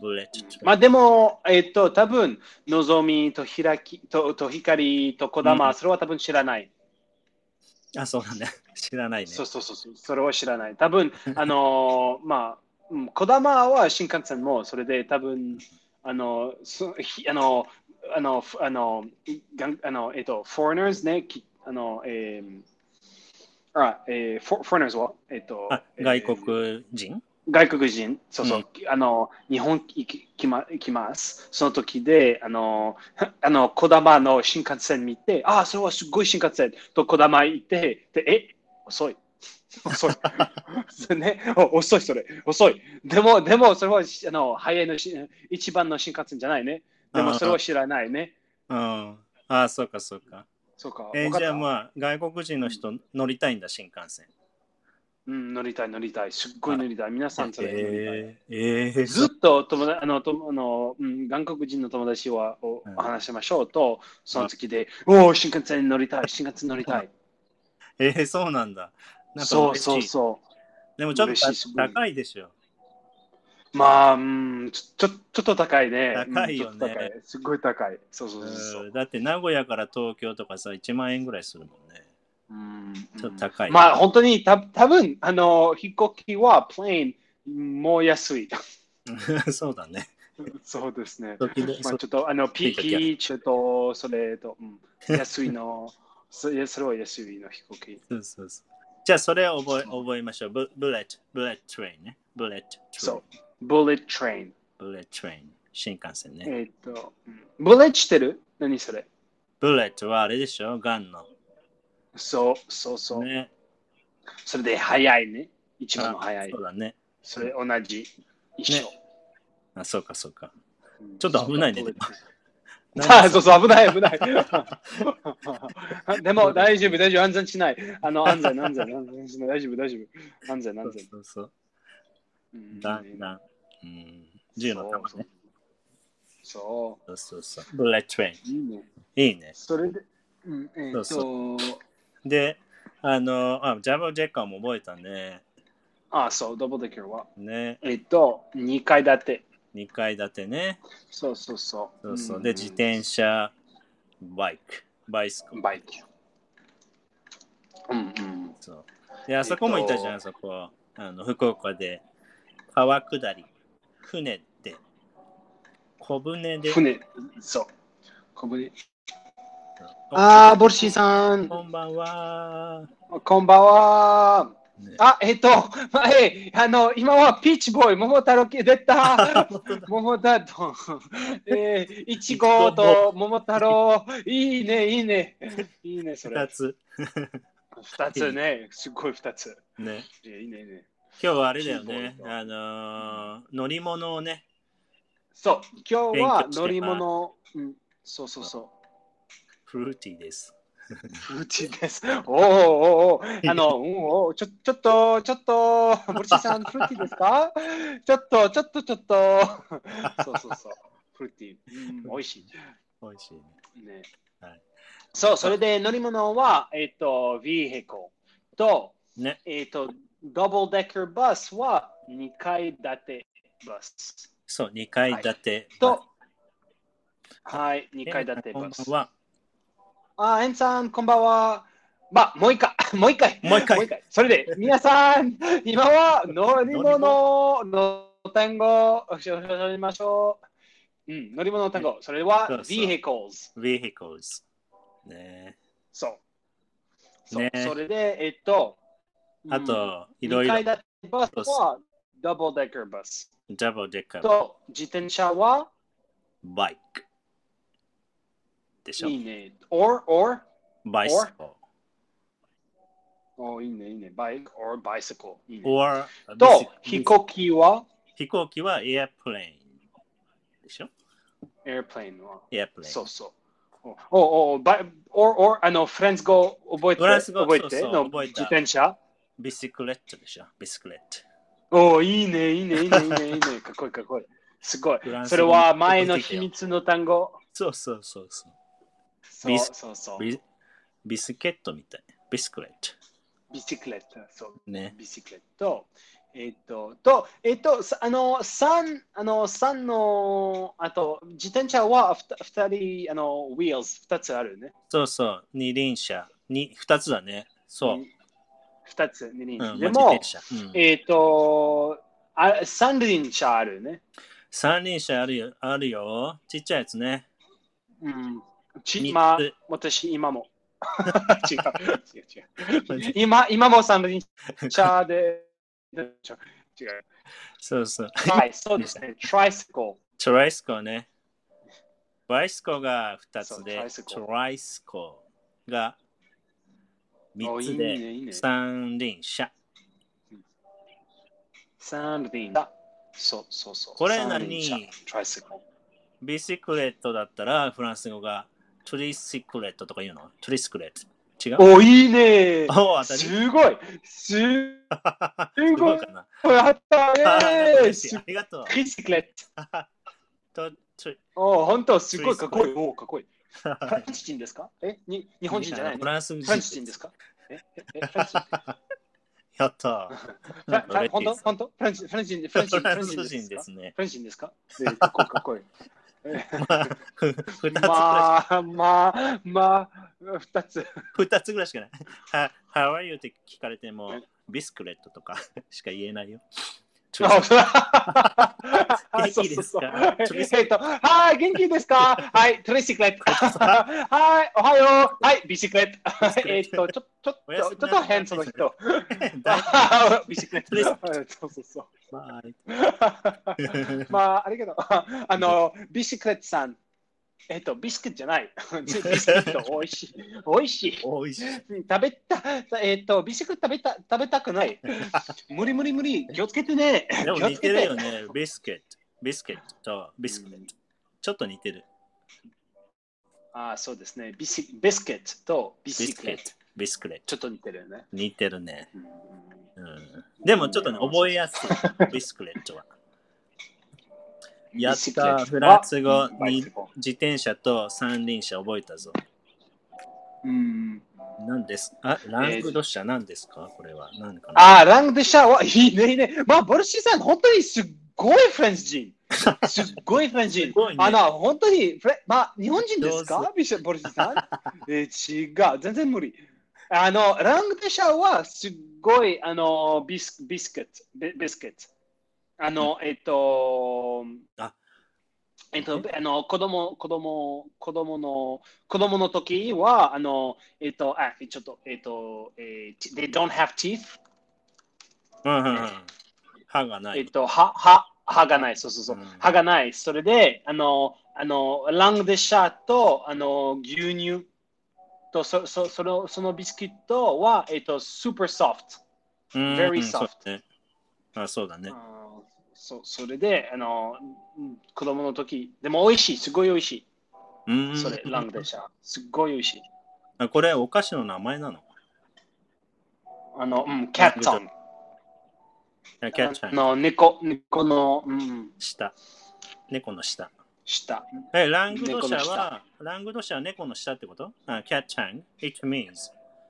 B: ブレットトレイン。
A: まあでも、えっと、多分のぞみとひらきととひかりとこだま、
B: うん
A: それは多分知らない。
B: あ、そうだね。 知らないね。
A: そうそうそうそう、それは知らない。多 分あのーまあ、うんこだまは新幹線も、それで多分あのそひあの、あの、ふあの、がんあのえっと、foreigners ね、きあの、えーあ、えー、フォ foreigners は、えっと
B: あ、外国人
A: 外国人、そうそう、
B: うん
A: あの日本に行きま行きます。その時で、あの、 あの、こだまの新幹線見て、ああ、それはすごい新幹線とこだま行って、でえ遅い。 遅い。 それね、お遅い、それ。遅い。でも、でも、それはあの早いのし一番の新幹線じゃないね。でも、それは知らないね。
B: うん。あ、そうか、そうか。
A: そうか。
B: えー
A: わかっ
B: じ
A: た
B: ゃあまあ、外国人の人乗りたいんだ、新幹線。
A: うん、乗りたい乗りたい。すっごい乗りたい。皆さんそれ乗りたい。
B: えー、えー、
A: ずっと友達あのとあの、うん、韓国人の友達はお
B: うん
A: 話しましょうと、その時で、おお、新幹線乗りたい、新幹線乗りたい。
B: えー、そうなんだ。なんか
A: そう
B: 嬉しい
A: そうそ
B: でもちょっ
A: 嬉しいす
B: と
A: ごい
B: 高いでしょ。
A: う。まあ、うん、ちょちょちょっと高いね。
B: 高いよ
A: う
B: ね
A: んちょっと高いすっごい高い。そうそうそうそう
B: うん。だって名古屋から東京とかさ、1万円ぐらいするもんね。
A: うん
B: ちょっと高い
A: まあ、本当にた多分あの飛行機はプレーンもう安い。
B: そうだね。
A: そうですね。
B: 時々
A: ま
B: そ
A: あ、
B: う
A: ちょっとあのピ
B: 低い
A: ー
B: 時ある
A: キちょっとそれと、うん、安いの、それそれは安いの飛行機。
B: そうそうそうじゃあそれを覚え覚えましょう。ブブレット、ブレットトレインね。ブレットトレイ
A: そう。Bullet Train。
B: ン。ブレットトレイン。新幹線ね。
A: えっと、うん、Bullet してる何それ
B: ブレットはあれでしょガンの。
A: そうそうそう。
B: ね。
A: それで早いね。一番早い
B: そ。うだね。
A: それ同じ。一緒。
B: あ、そうかそうか。
A: うん
B: ちょっと危ないね
A: そう
B: でも
A: ああそうそう、危ない、危ない。 でも大丈夫、大丈夫、安全しない。あの、安全、安全、安全しない。大丈夫、大丈夫。安全、
B: そ
A: 安
B: う
A: 全。
B: そうそう。
A: うん
B: だんだん。うん。銃の弾ね。
A: そ
B: そうそうそう。ブレットトレ
A: う。いいね。
B: イン。いいね。
A: それで、うん、えーっ
B: そ
A: と、
B: で、あの、あジャブジェッカーも覚えたね。
A: あ、そう、ダブルデッカーは。
B: ね。
A: えーっと、2階建て。
B: 2階建てね。
A: そうそうそう。
B: そうそう。
A: ん
B: で、自転車、バイク、バイスコ。
A: バイク。うんうん。
B: そう。で、あそこもいたじゃん、
A: えっ
B: そこ。あの、福岡で、川下り、船って、小舟で、
A: 船、そう。ここにあ
B: あ
A: あ、ボルシーさん、
B: こんばんは。
A: こんばんは。
B: ね
A: あ、えっと、前、あの、今はピーチボーイ、桃太郎系出た。桃太郎、 えー、いちごと桃太郎、いいね、いいね。いいね、そ
B: 二
A: れ。
B: つ。
A: 二つね、すごい二つ。
B: ね。
A: いいね、いいね。
B: 今日はあれだよね
A: ピ。ンポン
B: あのー乗り物をね、
A: そう、今日は
B: 勉強してます
A: 乗り物、うん、そうそうそう。
B: フルーティーです。
A: フーチーです。おーおーおーおーあの、うん、おーちょ、ちょっと、ちょっと、森地 さん、フルーティーですかちょっと、ちょっと、ちょっと。そうそうそう。フルーティー、うん、美味し
B: 美味しいね。
A: い。ね。
B: はい
A: そう、それで乗り物は、えっ、と、ビーヘコと、
B: ね。
A: えっ、と、ダブルデッカーバスは2階建てバス。
B: そう、二階建て。
A: と、はい、2
B: 二
A: 階建て
B: こん
A: バ
B: ば
A: ス
B: ん。は。
A: あ、エンさん、こんばんは。まあ、もう一回、もう一回、
B: もう一回
A: それで、皆さん、今は乗り物の単語を教えましょう。うん、乗り物の単語、それは
B: そうそう
A: vehicles。
B: vehicles。ね。
A: そう。そう
B: ね
A: それで、えっと、
B: あと、
A: うん、
B: いろい
A: 二階
B: ろ、
A: 建てバス
B: そう
A: は
B: そ
A: ダブルデッカーバス。
B: ジャボデッカー、
A: と、自転車は
B: バイク。でしょ
A: いいね。or, or,
B: バイスコ
A: おいいね、いいね。bike or bicycle。いいね
B: ー。or
A: と
B: bicycle、
A: 飛行機は
B: 飛行機は airplane でしょ
A: airplane は。
B: ?airplane。
A: そうそう。おおお、ば、おお、あの、フランス語覚えて、
B: フランス語
A: 覚えて
B: そうそう
A: の
B: 覚え
A: 自
B: た
A: 転車。
B: ビスクレットでしょビスクレット。
A: おお、いいね、いいね、いいね、いいね、いい ね、かっこいい、かっこいい。すごい
B: フラン。
A: そ
B: ス語
A: れは前の秘密の単語。
B: そうそうそうそ
A: そう
B: ビス。
A: そうそうう。
B: ビビスケットみたい。ビスクレット。
A: ビシクレット、そう、
B: ね。
A: ビシクレット。えっと、と、えっと、さあの、三、あの、三の、あと、自転車はふた二人、あの、wheels、二つあるね。
B: そうそう。二輪車。に二つだね。そう。
A: 二つ、二輪
B: う
A: 車
B: ん、
A: で
B: まあ
A: も、
B: 自転車うん
A: えっと、あ三輪車あるね。
B: 三輪車あるよ。あるよ。ちっちゃいやつね。
A: うん。
B: 三
A: ち
B: つ
A: まあ、私、今 も。違う、違う、違う。今、今も三輪車で。違う。
B: そうそう。
A: はい、そうですね。トライスコ
B: トライスコね。バイスコが2
A: そう
B: つで、
A: ト
B: トライスコが
A: ー。お
B: 3
A: い
B: つ
A: いね、いい
B: で、
A: ね。
B: 三輪車。
A: 三輪車。そうそうそう。
B: これ何
A: トライスコ
B: ビシクレットだったらフランス語がトリシクレットとか言うのトリスクレット。違う
A: お、いいね
B: お当たり
A: すごいすす
B: ど
A: ご
B: う
A: い
B: かな
A: あった
B: あー
A: ね
B: 嬉しいありがとう。
A: ビシクレット
B: とちょい
A: お本当すごいかっこいい。おかっこいい。フランス人ですかえに 日
B: 日
A: 本人じゃない
B: フ
A: のフ
B: ランス人
A: ランス人ですかえええフラン ス人
B: やった
A: フランフラン
B: 嬉しい
A: 本当本当フランスフランス人フランス人
B: ー。フラン
A: フラン
B: ス
A: ス人
B: 人
A: で
B: です
A: か
B: すね。
A: フランス人ですかえ かっこいいかっこいい。
B: まあ、ふ二つぐらいしか
A: まあまあまあ二つ。
B: 二つぐらいし かない。は How are you? って聞かれても、ビスクレットとか しか言えないよ。ちょっと
A: あ
B: 元気です
A: そ
B: か
A: うそうそうえっと、はい、元気ですかはい、トレシク レット。はい、おはよう。はい、ビシクレット。えっと、ちょちょっ
B: おやす
A: と、
B: み
A: ちょ
B: な
A: っ
B: さい
A: と変その人。
B: 大
A: ビシクレッ
B: トレシ
A: ト。そうそうそう。
B: バイ
A: まあ、あれけど、 あの、ビシクレットさん。えっと、ビスケットじゃない。 ビスケット、おいしい。おいし い。
B: おいしい。
A: うん食べた、えっ、と、ビシク食べた、食べたくない。無理無理無理、気をつけてね。
B: でも
A: 気を
B: 似
A: つ
B: て
A: け
B: る
A: て
B: よ。ね。ビスケット。ビスケットとビスクレット。ちょっと似てる。
A: ああ、そうですね。ビシ、ビスケットとビ
B: ビ
A: シ
B: ス
A: ク
B: ケ
A: レッ
B: ッ
A: ト
B: ト。。ビスクレット。
A: ちょっと似てるよね。
B: 似てるね。
A: うん
B: うん、でもちょっとね、覚え やすい。ビスクレットは。やっ
A: ビシクレッ
B: た、
A: ト
B: フランス語
A: あ
B: に自転車と三輪車覚えたぞ。
A: うん。
B: 何ですあ、ラングドシャ何ですかこれは何かな
A: ああ、ラングデシャはいいね、いいね。まあ、ボルシーさん、本当にすっごいフレンス 人。すっごいフレンス
B: す
A: 人。
B: ごいね
A: あの、本当にフレ、まあ、日本人です
B: 上
A: かビシャボルシーさん、 えー違う、全然無理。あの、ラングデシャはすっごい、あの、ビスビスケット、ビビスケット。あの、えっと、
B: あ
A: えっと、あの子供子供子供の子供の時はあのえっとあちょっとえっと、えー、they don't have teeth
B: うんうんうん。歯がな
A: えっ
B: い。
A: と、は、は、歯がない、そうそうそう
B: うん、
A: 歯がない。それで、あの、あの、ラングデシャーと、あの、牛乳と、そ、そ、その、そのビスケットは、えっと、スーパーソフト。
B: うん
A: very soft
B: そうだねあ、そうだね。
A: あーそ、それで、あの、うん子供の時、でも美味しい、すごい美味し
B: うん
A: い。それ、ラングデシャー。すっごい美味しい。
B: あこれお菓子の名前なの
A: あの、うん、キャットン。
B: あキャッチャ
A: あ
B: ーの
A: の、猫、猫の、うん、
B: 下。猫の下。
A: 下。
B: え、ラングドシャ
A: 猫の
B: は
A: 舌、
B: ラングドシャは猫の下ってことあ、キャッチャン。It means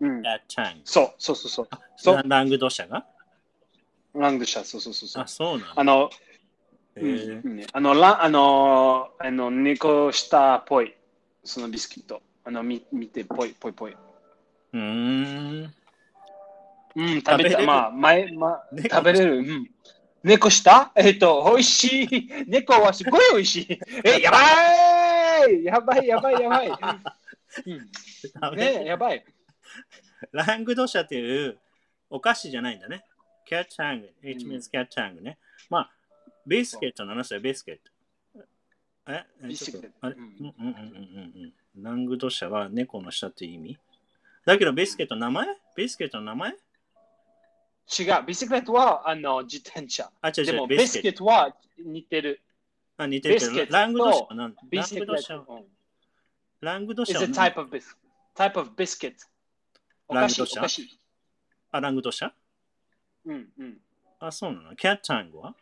A: うん
B: キ。ャッチャン。
A: そう、そうそうそう。そう
B: ララングドシャが
A: ラングデシャー、そうそうそうそう
B: あ、。そうな
A: あ
B: の。
A: の、
B: へ
A: うん
B: ー
A: うんあの、ラあの、あの、猫舌っぽい、そのビスケット。あの、み見て、ぽい、ぽい、ぽい。
B: うーん。
A: うん、
B: 食
A: 食
B: べ
A: べ
B: れ
A: た、
B: る
A: まあ、前、まあ、
B: 猫舌
A: 食べれる。うん。猫舌えっと、美味しい。猫はすごい美味し い。え、やばいやばい、やばい、やばい。うんねやばい。
B: ラングドシャっていうお菓子じゃないんだね。キャッチャング。It
A: うん
B: means キャッチャングね。まあ、ビスケットの話だよ、ビスケット。ええ
A: ビ
B: ち
A: ス
B: ょっ
A: ケッ
B: と
A: ト
B: あれう
A: うんん
B: うんうんうんうんうん。ラングドシャは猫の下っていう意味だけど、ビスケットの名前ビスケットの名前
A: 違う。ビスケットは、あの、自転車。
B: あ、違う
A: で
B: 違う、
A: も、
B: ビ
A: ビ
B: ス
A: ス
B: ケ
A: ケ
B: ッ
A: ッ
B: ト。
A: トは似てる。
B: あ、似てるけ
A: ビスケット
B: ど、
A: と
B: ラングドシャはなん
A: ビ
B: ラ
A: ス
B: ン
A: ケ
B: グ
A: ッ
B: ドシャは
A: ト。うん
B: ラングドシャ
A: is
B: は
A: a
B: 何
A: type of biscuit. Type of biscuit. お菓子、
B: ラングド
A: お
B: シャ
A: 菓子。
B: あ、ラングドシャ
A: うんうん。
B: あ、そうなのキャッチャングは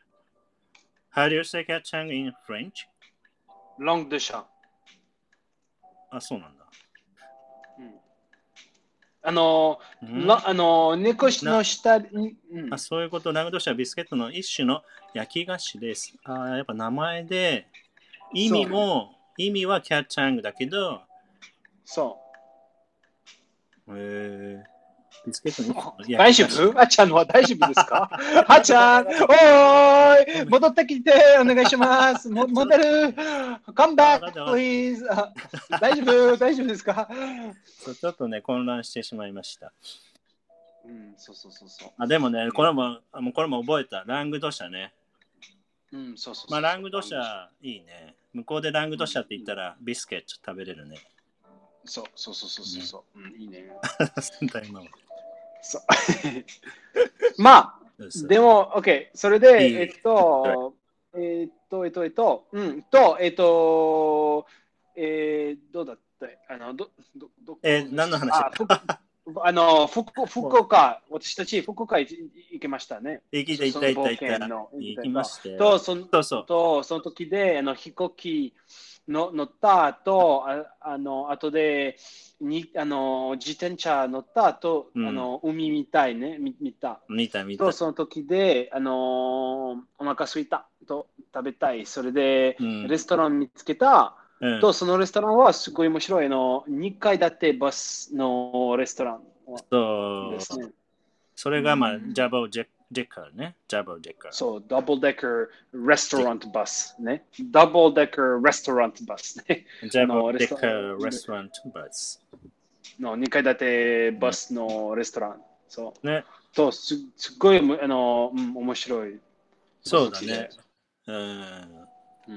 B: ?How do you say キャッチャング in French?
A: ロングドシャ。
B: あ、そうなんだ。
A: あの
B: う
A: ー、
B: ん
A: らあのー、猫の下に、うん
B: あ、そういうこと、ラングドシャはビスケットの一種の焼き菓子です。あーやっぱ名前で、意味も、意味はキャッチャングだけど、
A: そ
B: えー、ビスケットの一種
A: う。
B: の
A: 大
B: 焼き
A: 丈
B: 菓子。
A: 夫あちゃんは大丈夫です かあちゃん、おーい戻ってきてお願いします。も戻る !Come back, please! あ大丈夫大丈夫ですか
B: そうちょっとね、混乱してしまいました。
A: うん、そうそうそうそ
B: あでもね、これも、あもうこれも覚えた。ラングドシャね。
A: う。うん、そうそうそう
B: まあ、ラングドシャいいね。向こうでラングドシャって言ったら、ビスケット食べれるね。
A: そうそうそうそうそうそう、うん。いい ね。
B: 今は
A: そう まあ、
B: そうそう
A: でも、OK、それ
B: いい
A: で、えっと、えっと、えっと、えっと、うん、と、えっと、えー、どうだっって、あの、ど、ど、ど
B: えー何の話
A: あ、ふあの、福 福岡、私たち福岡行行きましたね。
B: 行きたい行った行った行
A: その冒険
B: った
A: の。
B: 行きましたよ
A: と、その、
B: そうそう。
A: と、その時で、あの、飛行機の乗った後、ああの、後で、に、あの、自転車乗った後、
B: うん
A: あの、海見たいね、見見た。
B: 見た見た
A: と、。その時で、あのお腹すいたと食べたい。それで、
B: うん
A: レストラン見つけた。
B: うん
A: と、そのレストランはすごい面白いあの。2階建てバスのレストラン
B: そ
A: ですね
B: う。。それがまあ
A: うん
B: Java をジェジェッカーね。Java をジェッカー。
A: そう、ダブルデッカーレストラントバスね。ダブルデッカーレストラントバスね。
B: Java
A: あの
B: を
A: レ
B: ジェ
A: ス
B: ッ
A: ト
B: カーレストラントバス。
A: の2階建てバスのレストラン。そう。
B: ね。
A: と、すすっごいあの、うん、面白い。
B: そうだね。うん。
A: うん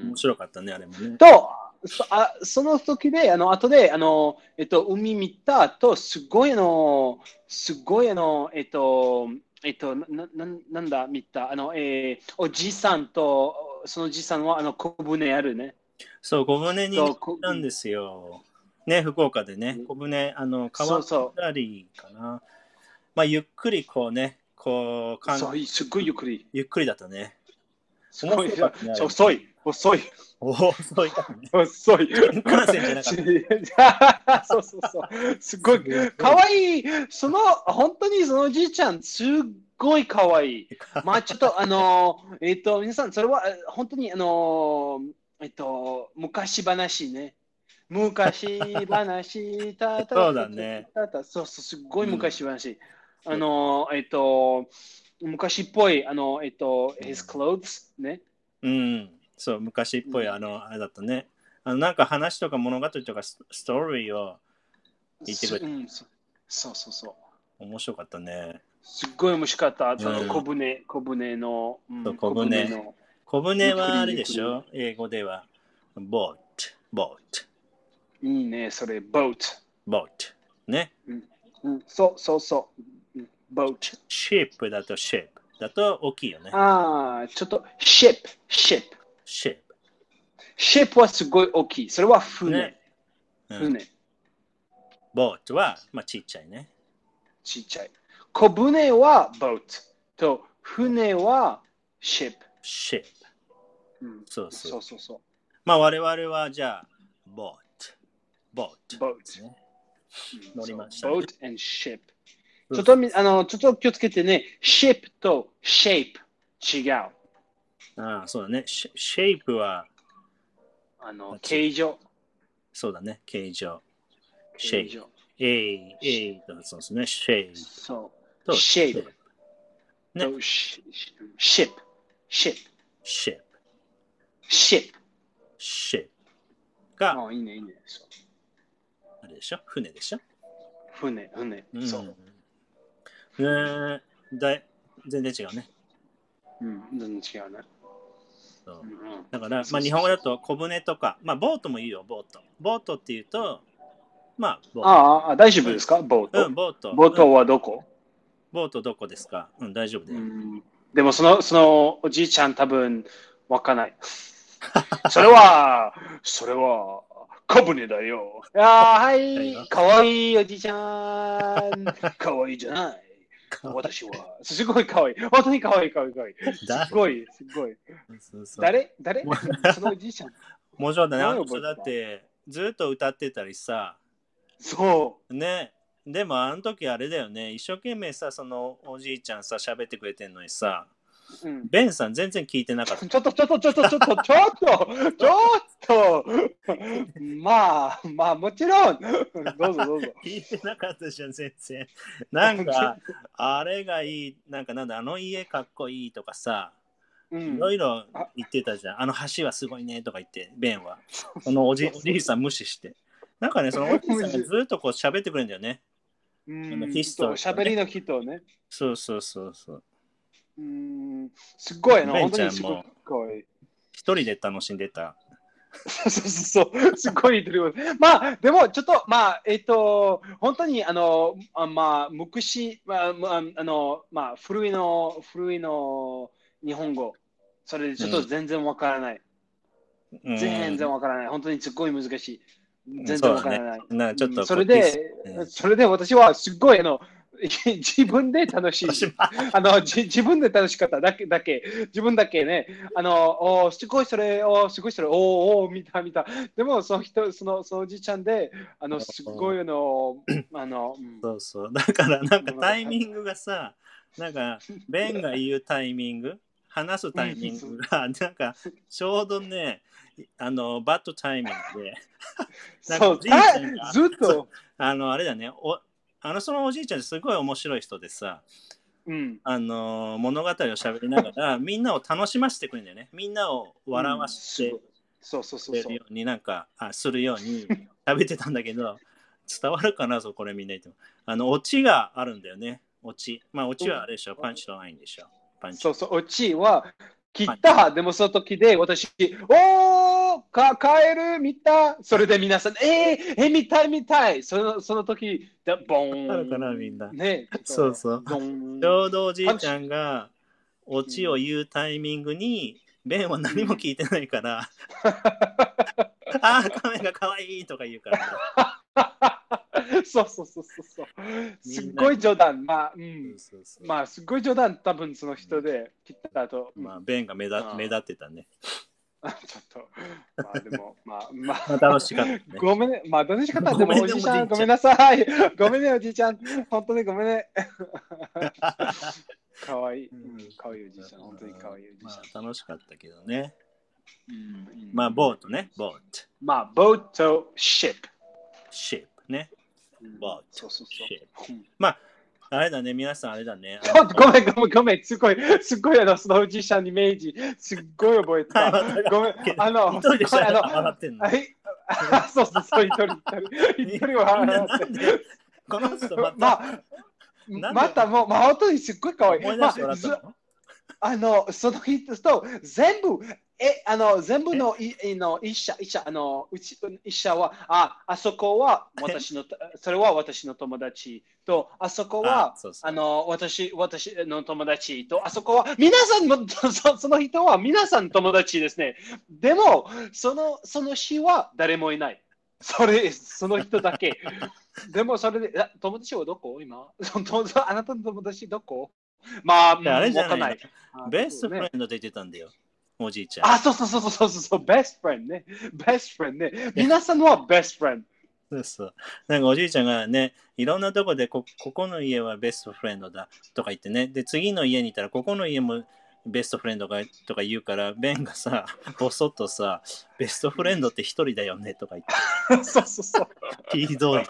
B: 面白かったね、あれもね。
A: とそあその時で、あの後であの、えっと、海見た後、すごいあの、すごいあの、えっと、えっと、なななんだ、見た、あの、えー、おじさんと、そのおじさんはあの小舟あるね。
B: そう、小舟に
A: そう
B: 行
A: こ
B: ったんですよ。ね、福岡でね
A: う、ん
B: 小舟、あの、
A: そ
B: 川
A: うそ
B: 下りかな。まあ、ゆっくりこうね、こう、かん
A: そうすっごいゆっくり。
B: ゆっくりだったね。
A: すごい
B: 面白かったね
A: 遅い、遅い、
B: おお、そういったね。
A: 遅い。
B: 感染じゃな か
A: そうそうそう。すごい、かわいい。その、本当にそのおじいちゃん、すっごいかわいい。まあちょっとあのーえっ、と皆さんそれはえー本当にあのーえっ、と昔話ね昔話たた
B: そうだね
A: たたそうそうすっごい昔話、あのーえっ、と昔っぽいあのえっ、と his clothes ね
B: うん、そう、昔っぽい、
A: うん
B: あの、あれだったね。あの、なんか話とか物語とかスストーリーを言ってくれ
A: すうんそうそうそうそう
B: 面白かったね。
A: すっごい面白かったその
B: うん
A: 小舟小舟の、うん
B: そう小舟
A: の
B: 小舟はあれでしょ英語では。ボート、ボート、
A: いいねそれ boat
B: ボート。ね。
A: うんそうそうそううん boat
B: シップだとシップ。だと大きいよね。
A: ああ、ちょっと、ship、ship。
B: シッ
A: ship はすごい大きい。それは
B: プ。
A: 船、
B: ね。うん
A: 船、
B: ボートは、まあ、ちっちゃいね。
A: ちっちゃい。小舟は boat。と、船は ship。
B: シップ。
A: うん、
B: そうそう
A: そうそうそ
B: まあ、我々はじゃあ、ボート、ボ
A: う。
B: ート。
A: boat。
B: ね
A: うん
B: 乗りました
A: そ
B: ね
A: う boat and ship。
B: うん
A: ちょっとみあの、ちょっと気をつけてね。ship と shape 違う。
B: ああ、そうだね。シシェイプは、
A: あ
B: あ
A: の、
B: ち
A: 形状。
B: そうだね。形状。シェ
A: 形
B: イプ。
A: 状。
B: えい、えいと、そうですね。シェイプ
A: そ
B: と、
A: Shape う。
B: ね
A: と、し ship。ship。
B: シェイプ。
A: ship。
B: シェイプ。が、
A: ああ、いいね、いいね。そう
B: あれでしょ船でしょ
A: 船、船。
B: うん
A: そう。
B: ねえだい全然違うね。
A: うん、全然違うね。
B: そう
A: うんうん
B: だから、
A: そうそうそう
B: まあ、日本語だと小舟とか、まあ、ボートもいいよ、ボート。ボートっていうと、まあ、ボー
A: あああ、大丈夫ですかボー
B: ト。
A: ト。
B: うん、ボート。
A: ボー
B: うん
A: トはどこ、
B: ボートどこですかうん、大丈夫
A: う
B: だよ。
A: ん、でもその、そのおじいちゃん多分わかん ない。それは、それは、小舟だよ。ああ、は
B: はい
A: い
B: よ。
A: かわいいおじいちゃ ん。かわいいじゃない。私は。すごいかわいい。本当にかわいい、かわいい、かわいい。
B: だ
A: すごい、すごい。
B: そうそう
A: 誰 誰
B: も
A: そのおじいちゃん。
B: 面白いだね。あの
A: 誰
B: 人
A: 覚
B: だ
A: えてた
B: って、ずっと歌ってたりさ、
A: そ
B: ねでもあの時あれだよね一生懸命さそのおじいちゃんさ喋ってくれてんのにさ
A: う。うん
B: ベンさん全然聞いて なかった
A: ちょっとちょっとちょっとちょっとちょっとちょっとまあまあもちろんどうぞどうぞ
B: 聞いてなかったじゃん全然な んかあれがいいなんかなんだあの家かっこいいとかさ
A: う
B: い
A: ん
B: ろいろ言ってたじゃんあの橋はすごいねとか言ってベンはそのおじおじいさん無視してなんかねそのおじいさんがずっとこう喋ってくれるんだよね
A: うん
B: ヒストリー
A: しゃべりの人ね
B: そうそうそうそう
A: うんすごいな
B: ベ
A: 本
B: ンち
A: 当
B: ゃん
A: にすごいかわいい
B: 一人で楽しんでた
A: そうそうそうすごいとりまあでもちょっとまあえっと本当にあのあまあ昔まあまああのまあ古いの古いの日本語それでちょっと全然わからない
B: うん
A: 全然わからない。本当にすっごい難しい。全然わからない。
B: なんかちょっ
A: う
B: と
A: んそれ
B: こっち
A: で、
B: うん
A: それで私はすごいあの 自分で楽しい。
B: 私は
A: あのじ自分で楽しかっただけだけ、自分だけね、あのおーすごいそれ、おーすごいそれ、おーおー見た見た。でもその人、そのそのおじいちゃんで、あのすごいあ の、あの、うん
B: そうそう。だから、なんかタイミングがさ、なんか、ベンが言うタイミング、話すタイミングが、なんか、ちょうどね、あの、バッドタイミングで、なんか
A: そ
B: お
A: う、
B: じいちゃんが
A: たずっと、
B: あの、あれだね、おあの、そのおじいちゃんすごい面白い人でさ、
A: うん、
B: あの、物語を喋りな がら、みんなを楽しませてくれるんだよね。みんなを笑わせて
A: うんそうそうそう
B: くれ
A: そ
B: る
A: う
B: よ。うに、なんか、あするように喋ってたんだけ ど、伝わるかな、そうこれみんな言っても。あの、オチがあるんだよね。オチ。まあ、オチはあれでしょ。パンチとないんでしょ。パンチ。
A: そうそう、オチは切った、でもその時で私、おーかカエル見たそれで皆さん、えー、え見たい見たいそのその時、でボーン。
B: わかるかなみんな
A: ね、
B: そうそう
A: ボーン
B: ちょうどおじいちゃんがオチを言うタイミングに、ベンは何も聞いてないから、 ああ、カメが可愛いとか言 うから、
A: そうそうそうそうそう。すっごい冗談。まあ、うん。
B: そうそう
A: まあ、すっごい冗談、多分その人で切った後。
B: ま
A: ま
B: あ、ベンが目立
A: あー
B: 目立ってたね。
A: あ、 ちょっと。まあ、でも、まあ、まあ。
B: まあ、楽しかったね。
A: ごめんね、まあ、どの仕方
B: ご
A: で
B: めん
A: も
B: ね
A: おじいちゃ
B: おじいちゃん
A: ん、ごめんなさい。 ごめんね、おじいちゃん。本当にごめんね。 かわいい。うんかわいいおじいちゃん。本当にかわいいおじいち
B: まあ、楽しかったけどね。
A: ゃん。
B: まあ、
A: ボ
B: ボートね。ボート。
A: まあ、ボート、シップ。
B: シップね。ボート
A: そうそう
B: シップ。
A: そう。うん
B: あれだね、皆さんあれだね。
A: ちょっとごめん、ごめん、ごめん。すごい、 すごい、あの、そのおじいちゃんのイメージ、すっごい覚えてた。ご めん、あの、
B: 一人でし
A: すごいあ
B: ゃ
A: の、
B: 笑ってんの
A: は。い。あそうそうそう、一人、一人、一人は
B: みんな
A: 笑
B: な
A: って
B: ん。でこの人また、
A: まあ
B: なんで
A: またもう、まあ、本当にすっごい可愛い。
B: 思い出
A: ま
B: してもら
A: あ、
B: った
A: ず
B: の、
A: あの、その人と全部、え、あの、全部のい、いの、医者、医者、あの、うち、医者は、あ、あそこは私の、それは私の友達と、あそこは
B: あ、そうそう
A: あの、私、私の友達と、あそこは、皆さんも、 そその人は皆さん友達ですね。でも、その、その日は誰もいない。それ、その人だ け。でも、それで、あ友達はどこ今 その友達あなたの友達どこまあ、
B: いやあれじゃ
A: わかん
B: な
A: ないい。
B: ベースフレン
A: ね。
B: ド出てたんだよ、おじいちゃん。
A: あ、そうそうそうそうそうそう、ベストフレンドね。ベストフレンドね。皆さんはベストフレンド。
B: そうそう。なんかおじいちゃんがね、いろんなとこでこ、ここの家はベストフレンドだとか言ってね、で、次の家にいたら、ここの家もベストフレンドがとか言うから、ベン がさ、ぼそっとさ、ベストフレンドって一人だよねとか 言
A: そうそうそう。
B: って、ひ どい。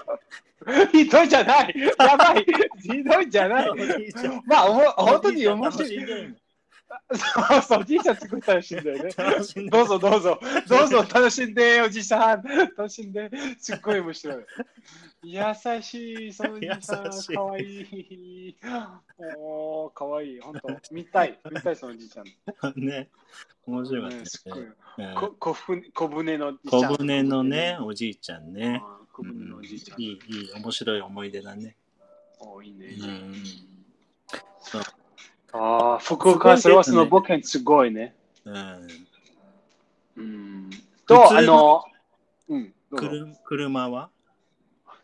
A: ひどいじゃない。やばい。ひどいじゃない
B: お。じいちゃん
A: まあ、おも本当に面
B: お
A: 白
B: じい
A: い。
B: ちゃん楽しんでる
A: そう そう、おじいちゃん作ったらしいんだよ ね。
B: 楽しんでる
A: どうぞどうぞ、どうぞ楽しんで、おじさん。楽しんで、すっごい面白い。優しい、そのおじさ
B: 優しい
A: ん、かわいい。おー、かわいい、本当。見たい、見たい、そのおじいちゃん。
B: ね、面白かった
A: ね
B: ですす
A: っ
B: ね
A: ごい。
B: うん
A: こ小舟小舟のおじいちゃん
B: 小舟のね、。おじいちゃんね。
A: あー小舟のおじいちゃん。
B: いい、いい、面白い思い出だね。
A: おーいいね。
B: うんそう
A: ああ、福岡、それはそのボケンすごいね。
B: うん、
A: うん。と、
B: 普
A: あ
B: 通の
A: の、うん。どう
B: く
A: ぞ
B: る車は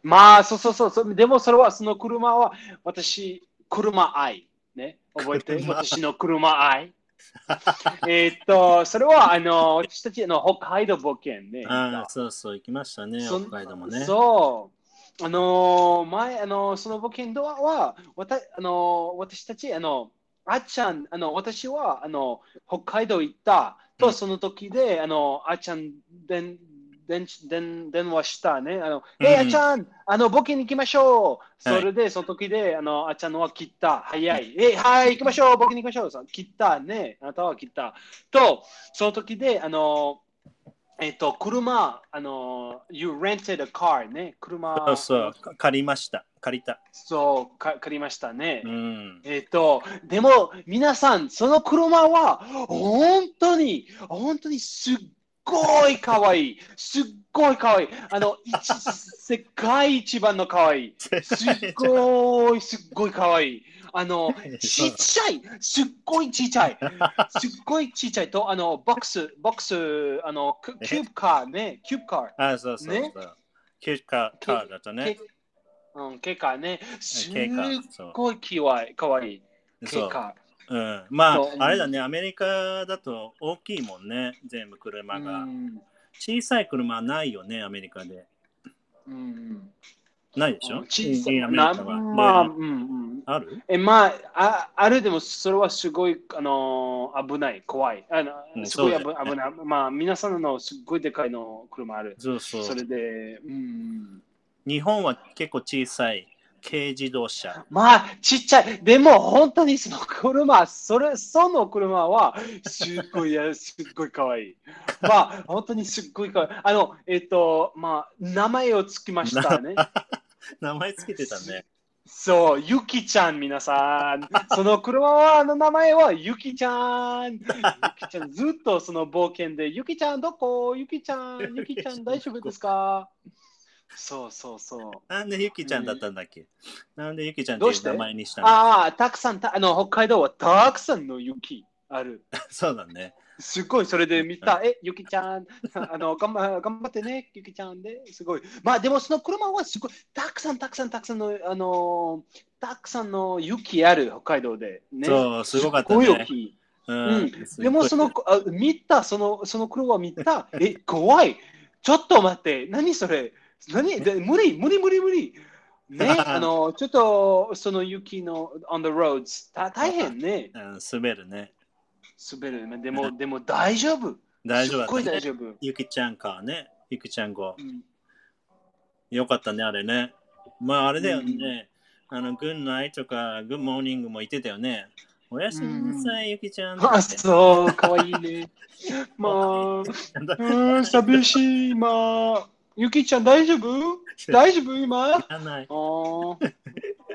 A: まあ、そうそうそうそう。でもそれはその車は私、車愛。ね。覚えて
B: 車愛
A: 私の車 愛。えーっと、それはあの、私たちの北海道冒険ね。
B: ああ、そうそう、行きましたね、
A: そ
B: 北海道もね。
A: そう。あのー前、あのーその冒険ドアは、わたあのー私たち、あのあっちゃん、あの私はあの北海道行った
B: う
A: と、
B: ん
A: その時で、あのあっちゃんでんでんでん電話したね。あの
B: うん
A: えーあっちゃん、あの、冒険に行きましょう。
B: はい
A: それで、その時で、あのあっちゃんのは切った。早い。えーはい、行きましょう。冒険に行きましょう。そう切ったね。あなたは切った。と、その時で、あのえっと、車、あの、You rented a car ね。車、
B: そうそう、か借りました、借りた。
A: そうか借りましたね。
B: うん。
A: えっと、でも、皆さん、その車は、本当に、本当にすっごい可愛い。すっごい可愛い。あの、一世界一番の可愛い。すっごい、すっごい可愛い。あの、ちっちゃい、すっごいちっちゃい、すっごいちっちゃいと、あの、ボックス、ボックス、あの、キュキューブカーね、キューブカー。
B: ああ、そうそうそう。
A: ね
B: ケカカーだとね
A: ケ。うん、ケカね。すっ
B: ケカ。そう。
A: ごいきわい、かわいい。ケ
B: そう。
A: カ。
B: うん。ま
A: そううん
B: あ、あれだね、アメリカだと大きいもんね、全部車
A: う
B: が。
A: ん
B: 小さい車はないよね、アメリカで。
A: うん。
B: ないでしょ
A: 小さ
B: い
A: い
B: いアメリ
A: な
B: カは。
A: まあ、う
B: ど
A: ん
B: う
A: うん。
B: ある
A: え、まあ、ああれでもそれはすごい、あのー危ない、怖い。あの
B: うん
A: すごい
B: そう
A: 危,、
B: だよね
A: 危ない。まあ、皆さんのすっごいでかいの車ある。
B: そうそう。
A: それで、うん。
B: 日本は結構小さい軽自 動車。
A: まあ、ちっちゃい。でも、本当にその車、それ、その車は、すっごい、いやすっごい可愛 い。まあ、本当にすっごい可愛い。あの、えっ、と、まあ、名前をつきましたね。
B: 名前つけてたね。
A: そう、ゆきちゃん、皆さん。その車は、あの名前は、ゆきちゃん。ゆきちゃん、ずっとその冒険で、ゆきちゃん、どこゆきちゃん、ゆき ちゃん、大丈夫ですかそうそうそう。
B: なんでゆきちゃんだったんだっけ、なんでゆきちゃんって
A: ど
B: いう
A: し
B: う
A: て
B: 名前にしたの
A: ああ、たくさん、たあの、北海道はたくさんの雪ある。
B: そうだね。
A: すごい、それで見た。え、ゆきちゃん、 あの、頑張頑張ってね、ゆきちゃんで、すごい。まあ、でもその車はすごい、たくさんたくさんたくさんの、あの、たくさんの雪ある、北海道で。ね、
B: そうすごかったね
A: すごい大きい
B: うん
A: うんでもその、あ見た、その、その車見た。え、怖い。ちょっと待って、何それ何で無理、無理、無理、無理。 ね、あの、ちょっと、その雪の、on the roads、た大変ね。
B: うん、滑るね。
A: 滑る。で も、でも大丈夫。
B: 大丈夫
A: すっごい
B: だ
A: 大
B: った、ね。
A: 丈夫。
B: ゆきちゃんかね。ゆきちゃん号
A: う。ん
B: よかったね、あれね。まあ、あれだよね。あの、グッナイとか、グッモーニングも言ってたよね。おやすみなさい、ゆきちゃん。
A: あ、そう、かわいい ね。まあ、うーん、寂
B: い。
A: しい。まあ、ゆきちゃん大丈 夫大丈夫今あ
B: 知らない。
A: ー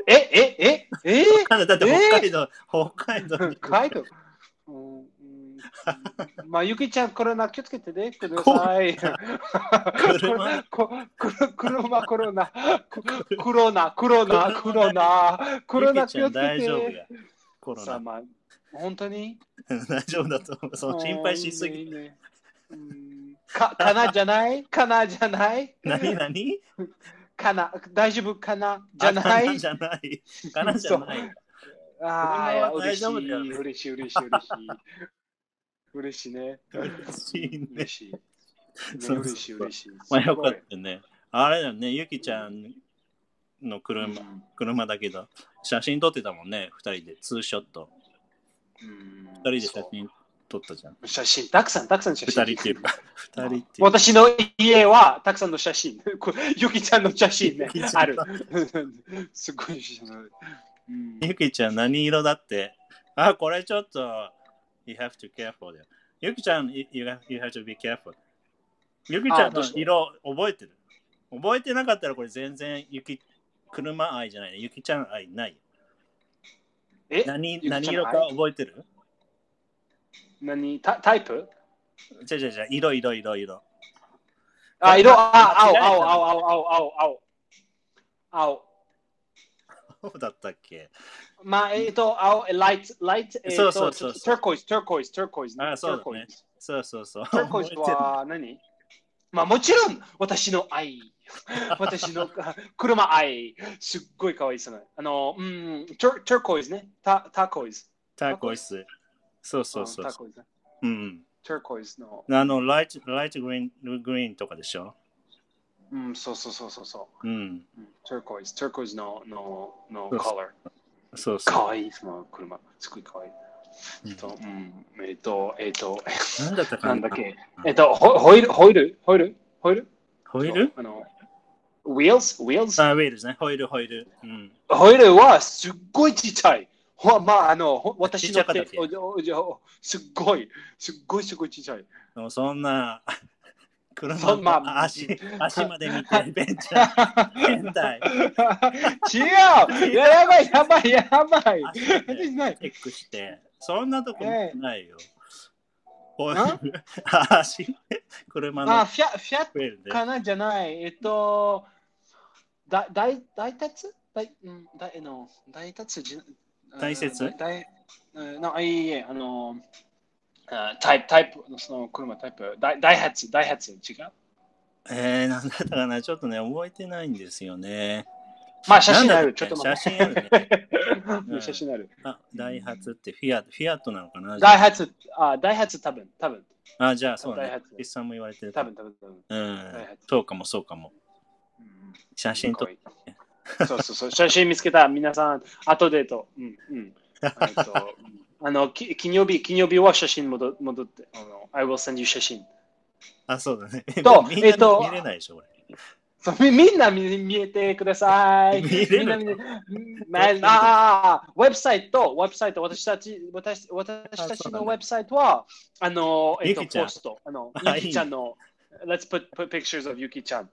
A: え、え、え、え
B: あだって北海道、北海道に。
A: カイト。うんうんまあ、ゆきちゃん、コロナ気をつけてね、ください。
B: 車
A: ここ車、コロナ、こコロナ、コロナ、コロナ、コロナ
B: ゆ
A: 気
B: きちゃ
A: を
B: ん
A: つけ
B: 大丈夫
A: て
B: や。。コロ
A: さあ、
B: ナ。
A: まあ、本当に
B: 大丈夫だと思う。そう心配しす
A: う
B: ぎ。
A: んいいねうんか、かなじゃないかなじゃない
B: 何何
A: かな大丈夫かなじゃな
B: あかないじゃない。かなじゃない。
A: ああ、いや嬉しい、
B: 大丈夫だよね
A: 嬉しい、嬉しい、嬉しい。嬉しいね。
B: 嬉しいね
A: 嬉 しい。ね
B: そうそう
A: 嬉しい、嬉しい。
B: まあよかったね。あれだよね、ゆきちゃんの
A: う
B: 車,、
A: ん。
B: 車だけど、写真撮ってたもんね、二人で、ツーショット。
A: うん
B: 二人で写真撮ったじゃん。
A: そう写真、たくさん、たくさん写
B: 二
A: 真。
B: 人っていうか、二人っていうか。
A: 私の家はたくさんの写真、 こゆきちゃんの写真ね
B: ゆきち、ゃん
A: ある。 すごい写真ある。うん
B: ゆきちゃん何色だって。あ、これちょっと、you have to careful だよ。ゆきちゃん、you you have you have to be careful。ゆきちゃ
A: あ
B: ん
A: ど
B: の
A: うした
B: 色覚えてる覚えてなかったらこれ全然ゆき車愛じゃないね。ゆきちゃん愛ないよ。
A: え
B: 何
A: ゆきちゃん愛
B: 何色か覚えてる
A: 何タタイプ
B: じゃじゃじゃ色色色色。
A: あ、色、あ、青、
B: 間違え
A: 青、
B: た
A: 青、青、青、青、青。青。
B: そうだったっけ
A: まあ、えっと、青、えライト、ライト、えっ
B: そう
A: と、
B: そうそう
A: トゥーコイズ、トゥーコイズ、トゥーコイズ。
B: あそうだ
A: トゥー
B: ね
A: コイズ
B: そうそうそう。
A: トゥーコイズは何まあ、もちろん、私の愛。私のあ車愛。すっごい可愛いですね。あの、うん、トゥートゥーコイズね。タタコイズ。
B: タコイス。そうそうそ
A: ん
B: う
A: タ。コイズね。
B: うん。
A: トゥーコイズの。
B: あの、ライト、ライトグリーン、グリーンとかでしょ
A: うん、そうそうそうそうそう。
B: うん。
A: turquoise, turquoise の、の、の
B: そう
A: color。
B: そう
A: か
B: そ
A: わいい、その車。すっごいかわいい。
B: う。う
A: え
B: ん
A: っと、うん、えっと、えっと、
B: なんだったかな
A: なんだっけ。えっと、ホホイール、ホイール、ホイール、ホイール
B: ホイール
A: あの、wheels, wheels?
B: あ、ウェールですね。ホイール、ホイール。うん。
A: ホイールはすっごいちっちゃい。ほまあ、あの、ほ私
B: ち
A: の
B: っちゃか
A: 手
B: ったっけ
A: おおおおすっごい、すっごいすごいちっ ちゃい。
B: でもそんな、 車
A: そんな
B: の足、足まで 見て、ベンチャー、変態、
A: 違うややばい、やばい、やばい。
B: 足ま
A: 私
B: で
A: ない。
B: チェックして、そんなとこ見てないよ。ホイ
A: な
B: ール、 足、車の
A: あ、フィア、フィア
B: ウェールで。
A: かなじゃない。えっと、だ大大達大うん大あの大達じ
B: 大切
A: あ大うんなあいえいえあのあタイプタイプその車タイプ大大発大発違う。
B: えー、なんだったかな、ちょっとね、覚えてないんですよね。
A: まあ、写真あ
B: なんだ
A: る。
B: っ
A: ちょ
B: け
A: っと待って。
B: 写真あるね。
A: うん写真ある。
B: あ、ダイハツってフィア、フィアットなのかな
A: ダイハツ、あ、ダイハツ多分、多分、
B: あ、じゃあそう
A: ダイ
B: ね
A: ハツ。
B: ピッさんも言われてるか
A: 多
B: も。
A: 分、多分、多分。
B: うん
A: ダイハツ。
B: そうかも、そうかも。写真撮っ
A: うんそうそうそう、写真見つけた。皆さん、後でと。うん、うん。あと うんあの、き金曜日、金曜日は写真戻戻って。あの I will send you 写真。
B: あ、そう だね。
A: と
B: みんな
A: えっと
B: 見れ ないでしょ、こ
A: そうみみんな見見えてください。
B: 見れる
A: みんな見てうんまあ、あーウェブサイト、ウェブサイト、私たち、私私たちのウェブサイトは、あの、えっと、
B: ゆきちゃん
A: ポスト、あの、
B: あ
A: ゆきちゃんの、Let's put, put pictures of ゆきちゃん。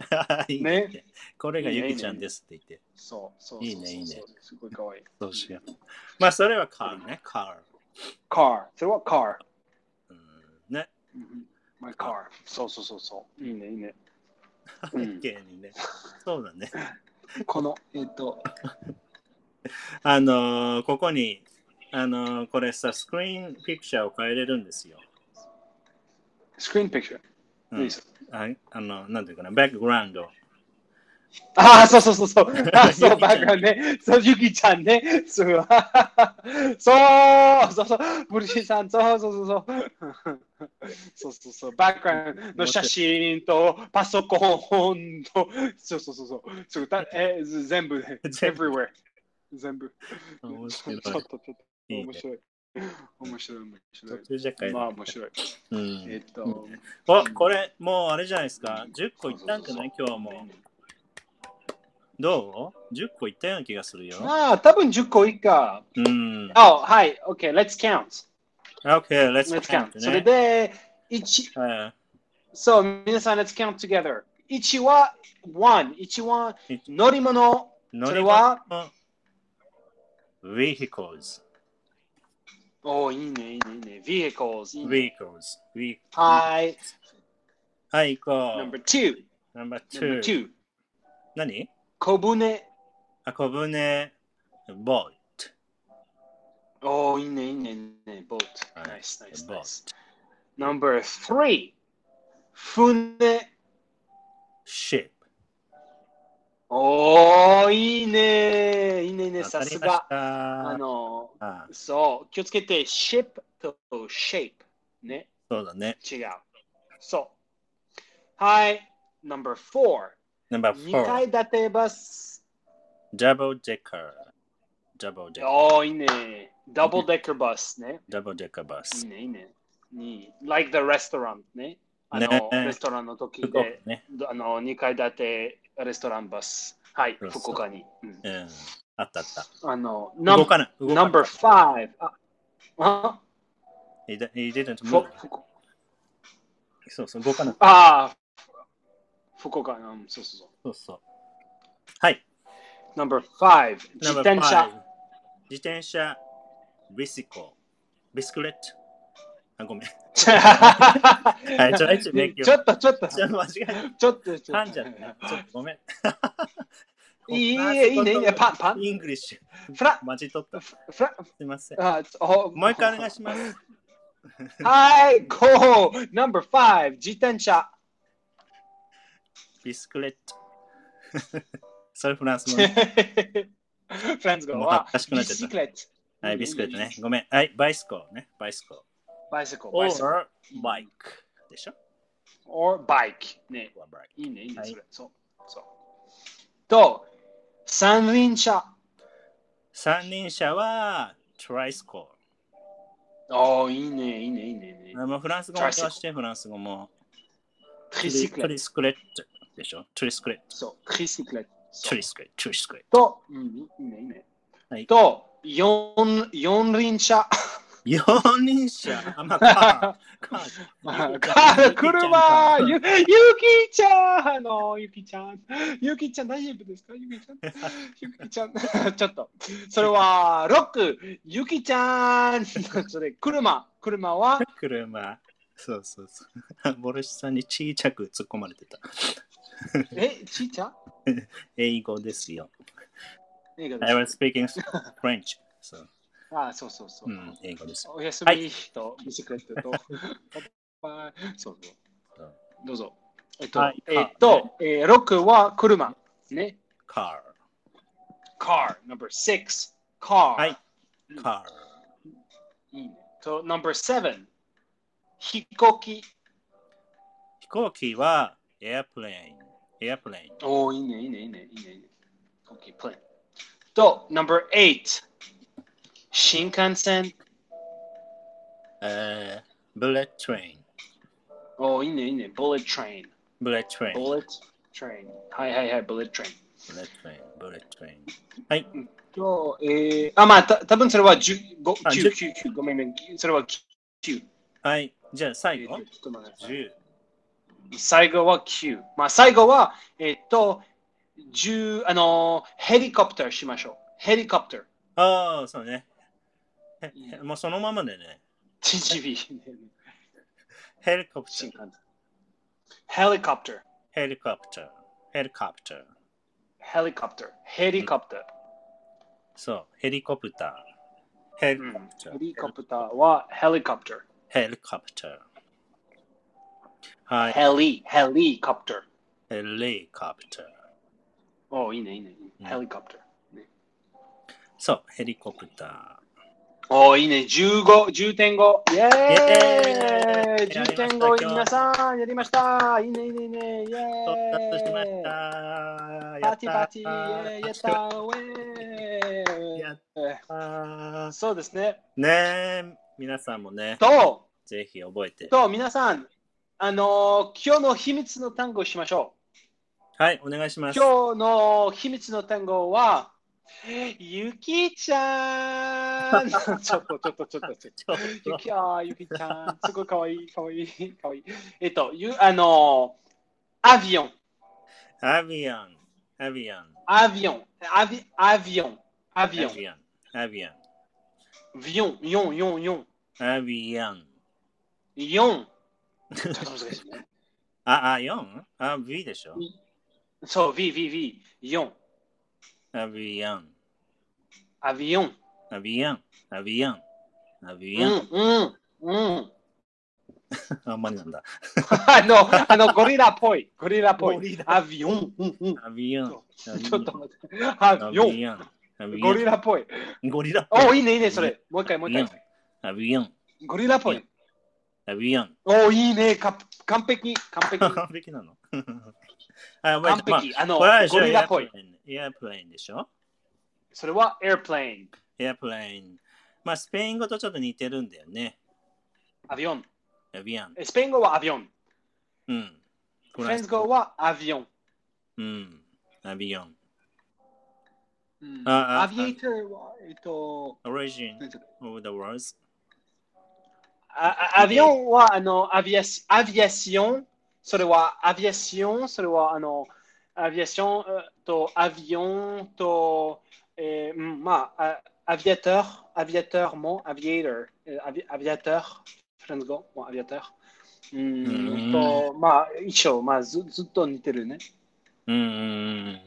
B: れ。いいね
A: ね
B: これがゆきちゃんですって言って。
A: そう、そう、
B: いいね
A: そう
B: いいね
A: そうすごいかわいい。
B: どうしよう。まあ、それはカーね、カ
A: car、それは car。
B: ー。うん、ね。
A: My car。そうそうそうそう。いいね、いいね。う
B: 背
A: ん
B: 景にね。そうだね。
A: この、えっと、
B: あのーここに、あのーこれさ、スクリーンピクチャーを変えれるんですよ。
A: スクリーンピクチャー。
B: うん
A: 何それ
B: ああの、なんていうかな、バックグラウンド。
A: ああ、そうそうそう そう。あーそう、バカね。そう、ゆきちゃんね。そう、 あははそう、そうそう、ブルシさん、そうそうそう そう。そうそうそう、バッカの写真とパソコンと、そうそうそうそう、そうだえー全部ね、
B: 全
A: everywhere。全部。
B: 面白い
A: ちょっとちょっと
B: いいね
A: 面白い。面白い、面白
B: 途中じゃ変え
A: い。
B: る
A: まあ、面白い。
B: うん
A: えっと、
B: お、これ、もうあれじゃないですか。10個いったんじゃない今日も。どう ?10 個いったような気がするよ。
A: ああ、多分10個以下。
B: うん。
A: あ、はい。OK、Let's count.
B: OK, let's
A: Let's
B: count.
A: count. それ
B: ね。
A: で、1、
B: は
A: そう、皆さん、Let's count together. 1は1、1は乗り物。
B: い
A: それは、
B: 乗り物 Vehicles,
A: おお、いいね、いいね、いいね。Vehicles いいね。
B: vehicles, ve-
A: はい。
B: はい、行こ
A: Number 2。
B: う。Number
A: Number
B: two.
A: 2。
B: 何
A: 小舟。
B: あ、小舟、boat.
A: おお、いいね、いいね、いいね。Boat。
B: はい
A: Nice, nice, nice.
B: boat.
A: Number 3。船。
B: ship.
A: おお、いいね、いいね、いいね、さすが。
B: 当たりま
A: あ
B: した。
A: の、
B: あ
A: そう、気をつけて、ship と shape。ね、
B: そうだね。
A: 違う。そう。はい、number four。
B: Number
A: 2
B: four.
A: 階建てバス。
B: Double decker. Double decker.
A: おー、いいね。double decker bus ね。
B: Double decker
A: いい
B: bus.
A: ね、いいね。に like the restaurant ね。あの、
B: ね
A: レストランの時
B: 福岡
A: で、
B: ね。
A: あの、2階建てレストランバス。はい、
B: そうそう
A: 福岡に。うん
B: うん。あったあった。
A: あの、
B: 動かない。動かない。
A: number five。あ、Uh, あ
B: He di- he didn't
A: ふ
B: move.
A: 福岡
B: そうそう、動かない。
A: ああ、福岡、うん、そうそうそう。
B: そうそう。はい。
A: Number five、自
B: Number
A: 転車
B: five。自転車。ビシコ。ビスクレット。あ、ごめ ん。 いちょいちょい勉強
A: ちょっと、ちょっと、
B: じゃあ間違えた。
A: ちょっと、ちょ
B: パ
A: っ
B: ンじゃない
A: と。。
B: ちょっと ごめん。
A: いいいいね、いいね、いいね、パン、パン。
B: イングリッシュ。
A: フラ、
B: 間違っとった。す
A: フラ、
B: いません。
A: あ、お
B: もう一回お願いします。
A: す。はい、ゴー !Number five、自転 車。
B: ビスクレッ ト。それフラン ス
A: フ
B: 語ね。
A: ランス語
B: もう恥
A: はビ
B: ずかしくなっちゃった
A: シクレット。
B: はい、ビスクレットね。ごめん。はい、バイスコね。バイスコ。
A: バイセコ、バイセコ。
B: or バイク。でしょ
A: or bike。ね。
B: Or bike
A: いいね、いいね、
B: はい
A: それ。そう、そう。と、三輪車。
B: 三輪車はトライスコ。
A: ああ、いいね、いいね、いいね。いいね
B: あもうフランス語も言わして、フランス語も。
A: トリシク
B: ト
A: レッ
B: リ
A: ト。
B: スクレット。でしょトリスクレット。
A: そう、トリシクレット。
B: トリスクレット。トリスクレッ
A: と、うん、いいね、いいね。
B: はい
A: と、四四輪車。
B: ト。四輪車。あ、まあ、カー。カー。
A: 車ゆゆきちゃんあのゆきちゃんゆきちゃん大丈夫ですかゆきちゃんゆきちゃん ちょっとそれはロックゆきちゃんそれ車車は
B: 車。そうそうそう。ボルシさんに小さく突っ込まれてた。
A: えちいちゃん
B: 英語ですよ。
A: 映画で
B: I
A: す
B: was speaking French. そう。
A: あそうそうそうう、
B: ん、英語ですよ。
A: おやす
B: は
A: みとビシクレットとバイバイそうそう
B: うん
A: どうぞえっと、
B: はい
A: えっと、えー、6は車。ね。
B: car,
A: car。number 6。car。
B: はい。car,
A: いいね。と、number 7。飛行機。
B: 飛行機は airplane, airplane,
A: おお、いいね、いいね、いいね、いいね。いいね OK、プレイ。と、number 8。新幹線。
B: えー bullet train,
A: おお、いいね、いいね。bullet train。
B: bullet train,
A: bullet train。はいはいはい、bullet train。
B: bullet train, bullet train.
A: と、えー、あ、まあ、た多分それは10ご
B: あ
A: 9、9、9、ごめんね。それは9。
B: はい、じゃあ
A: え
B: 最
A: ー
B: 後
A: と、ちょっと待って
B: 10。
A: 最後は9。まあ、最後は、えっと、10、あのー、ヘリコプターしましょう。ヘリコプター。
B: ああ、そうね
A: いい。
B: もうそのままでね。
A: TGV。
B: ヘリコプタ
A: 新
B: ー、
A: 幹線。ヘリコプター。
B: ヘリコプター、ヘリコプター。
A: ヘリコプター。ヘリコプター。
B: そう、ヘリコプター。ヘリ
A: うん
B: コプター。
A: ヘリコプターはヘリコプター。
B: ヘリコプター。はい、
A: ヘリ、ヘリコプター。
B: ヘリコプター。
A: おーいいね、いいね。
B: うん
A: ヘリコプター。
B: そう、ヘリコプタ
A: おーいいね。15、10.5。イェーイ
B: イェーイやりました
A: !10.5、
B: 今日
A: 皆さん、やりましたいいね、いいね、いいね。イェ
B: ー。到達しまし
A: ーイ
B: た。
A: パーティーパーティー、イェーイや
B: や
A: っ
B: ったた
A: ーウェ
B: やっ
A: ーイ
B: たー
A: そうですね。
B: ねえ、皆さんもね、
A: と、
B: ぜひ覚えて。
A: と、皆さん、あのー今日の秘密の単語をしましょ
B: はい、お願いし
A: う。
B: ます。
A: 今日の秘密の単語 は、ゆきちゃん ちょっと、ちょっと、ちょっと、ちょっと。ゆ きあーゆきちゃん、すごいかわいい、かわいい、かわいい。えっと、ゆあのーアビオン、
B: アビアン、アビアン。
A: アビオン、アビアビオン、アビオン、
B: アビアン。アビアン。
A: ビヨン、ヨン、ヨン、ヨン、
B: アビアン。
A: ヨン。ちょっと難しいね。
B: あ、あ、4? あ、V でしょ
A: そう、V、V、V、4、
B: アビアン。
A: アビヨン。
B: アビアン。アビアン。アビ
A: う
B: アン。
A: ん、うん、 うん。
B: あんまりなんだ。
A: あの、あの、ゴリラっぽい、ゴリラっぽ
B: ゴリ
A: い
B: ラ。
A: アビヨン、うん、うん。
B: アビアン。
A: ちょっと待って、ア
B: ア
A: ビヨン、
B: ビアン。アビア
A: ゴリ
B: ン。
A: ラっぽい。
B: ゴリラ。
A: お、いいね、いいね、それ。もう一回、もう一
B: うん
A: 回。
B: アビアン。
A: ゴリラっぽい。
B: アビアン。
A: お、いいね、か完璧、完璧。
B: 完璧なの。
A: 完
B: あ、まあ
A: 璧。あの、
B: これはじ
A: ゴ
B: ゃあ
A: リラっぽい。。
B: エアプレインでしょ
A: それは airplane、
B: エアプレイン。まあ、スペイン語とちょっと似てるんだよね。
A: アビオン。
B: アビアン。
A: えスペイン語はアビオン。
B: うん。
A: フランス語はアビオン。
B: うん。アビアン。
A: うん
B: ああ
A: アビエーターは、えっと、
B: Origin
A: なんていうの
B: of the words.
A: ああアビオンはあのアビアシアビアシオン。それはアビアシオン。それはあのアビアションえっとアビオンと、えーうんまあ、あアビエーター、アビエーターもアビエーターえー、アビアビエーター、フランス語もアビエーター。うん
B: ん
A: とまあ一緒、まあ、ずずっと似てるね。
B: うんうんうん。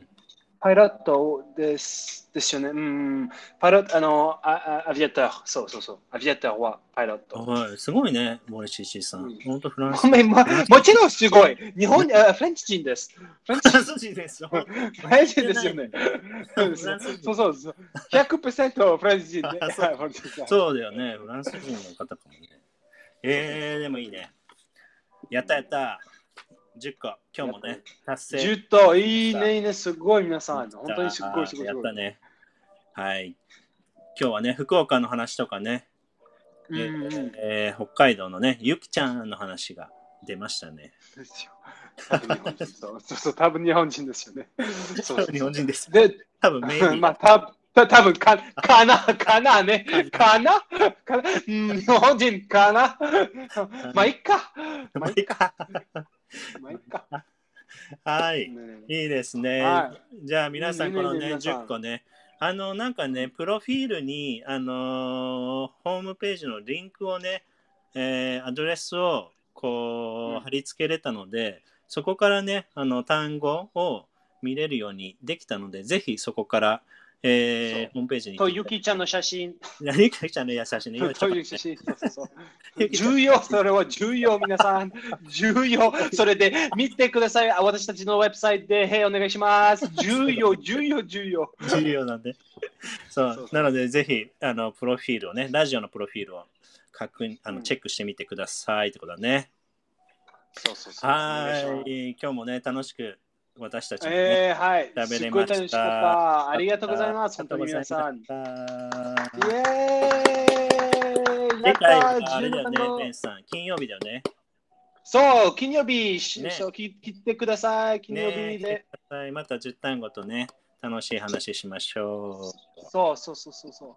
A: パイロットですですよね。うん、パイロット、あの、ああアビエーター、そうそうそう、アビエーターはパイロット。
B: はい、すごいね、モリシシさ
A: うんん。
B: 本当フランス
A: ご。めん、ま、もちろんすご い。日本、あフレンチ人です。フレンチ
B: フランス人ですよ。
A: フレンチ人ですよね。
B: ンス人
A: そうそうそう。100%フレンチ人
B: あ
A: で。
B: そう
A: はい本当にそう
B: そうだよね、フランス人の方かもね。えー、でもいいね。やったやった。10個、今日もね、達成。
A: 10といいね、いいね、すごい皆さん。本当にすごい、すごい、
B: や
A: す
B: っ
A: ご
B: た
A: い。
B: ね。はい。今日はね、福岡の話とかね、
A: うんうん。
B: えー北海道のね、ゆきちゃんの話が出ましたね。
A: ですよ多分日本人そうそうそう、多分日本人ですよね。そうそう
B: 日本人です。
A: で、
B: 多分メイビ ー
A: まあ、たた多分か、かな、かなね。かなかなうん日本人かなまあ、いっか。まあ、いっか。まあ、いっか。
B: はい。
A: ね
B: いいですね。
A: は
B: じゃあ皆さ
A: うんんいい
B: こ
A: ね
B: のね
A: 皆さん
B: 10個ねあのなんかねプロフィールにあのーホームページのリンクをね、えーアドレスをこう、
A: うん
B: 貼り付けれたのでそこからねあの単語を見れるようにできたのでぜひそこから、え
A: そう
B: ー、ホームページに。
A: と、ゆきちゃんの写真。
B: ゆきちゃんの優しいね。今 ち
A: と
B: ょっと
A: いう
B: 待
A: 写
B: って
A: 真。そうそうそう重要、それは重要、皆さん。重要、それで見てください。あ私たちのウェブサイトで、へい、お願いします。重要、重要、重要。
B: 重要なん で。そう
A: そうそ
B: なので、ぜひ、あの、プロフィールをね、ラジオのプロフィールを確認あの
A: うん
B: チェックしてみてくださいってことだね。
A: そうそうそう。お願いします
B: はーい。今日もね、楽しく私たちもね、
A: えー、はい。
B: 食べ
A: す
B: れ
A: っご
B: ま
A: い
B: した
A: 楽しかった。ありがとうございます。
B: あり
A: 本当
B: がとう
A: に
B: ございま
A: 皆
B: した
A: さん。イ
B: 次
A: エーイやっ
B: 回
A: た
B: はあれだよ
A: 17
B: ね、
A: の
B: ベンさん。金曜日だよね。
A: そう、金曜日、し
B: ね
A: そうき切ってください。金曜
B: ね
A: 日
B: 来て
A: で。
B: くださいまた10単語とね、楽しい話しましょ
A: そうそうそうそうそう。
B: う。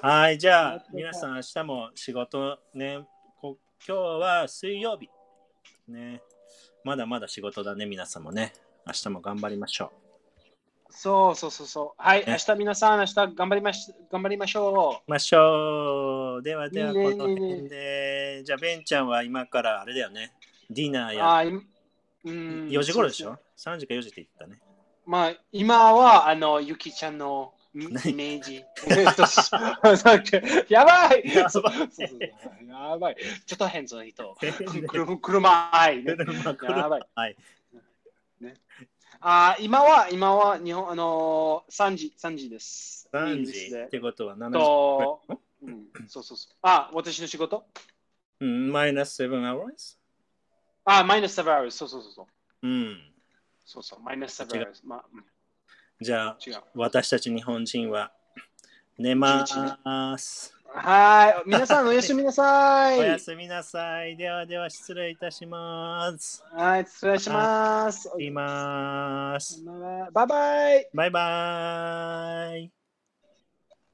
B: はい、じゃ
A: やっ
B: あ
A: て、た
B: 皆さん、明日も仕事ね、こ今日は水曜日。ね、まだまだ仕事だね、皆さんもね。明日も頑張りましょ
A: そうそうそうそう。はい、
B: ね
A: 明日皆さん、明日頑張りまし頑張りましょ
B: う。ましょう。ではでは、
A: いいね
B: この辺で。じゃあ、ベンちゃんは今からあれだよね。ディナー
A: う。
B: や
A: あーいうん
B: 4時頃でし
A: そう
B: ょ ?3 時か4時って言っ たね。
A: すねまあ、今は、あの、ゆきちゃんのんイメージ。えっとしやばい
B: やばい
A: そうそうそうやばい。ちょっと変ぞ、人。く車愛、ね。やばい。
B: はい。
A: ね、あー今は、今は日本、あのー、3時、3時です。イ
B: 3
A: ギリス
B: 時
A: で
B: ってことは7時。
A: と、うん、そうそうそう。あ、私の仕事
B: うん、マイナス7 hours?
A: あ、マイナス7 hours。そうそうそうそう。
B: うん。
A: そうそう、マイナス7
B: 違
A: hours。まあ、うん
B: じゃあ、
A: 違う。
B: 私たち日本人は寝ます。
A: はーい。皆さん、おやすみなさ
B: お
A: い。
B: やすみなさい。ではでは失礼いたします。
A: はい、失礼します。
B: います。
A: バイバイ。
B: バイバイ。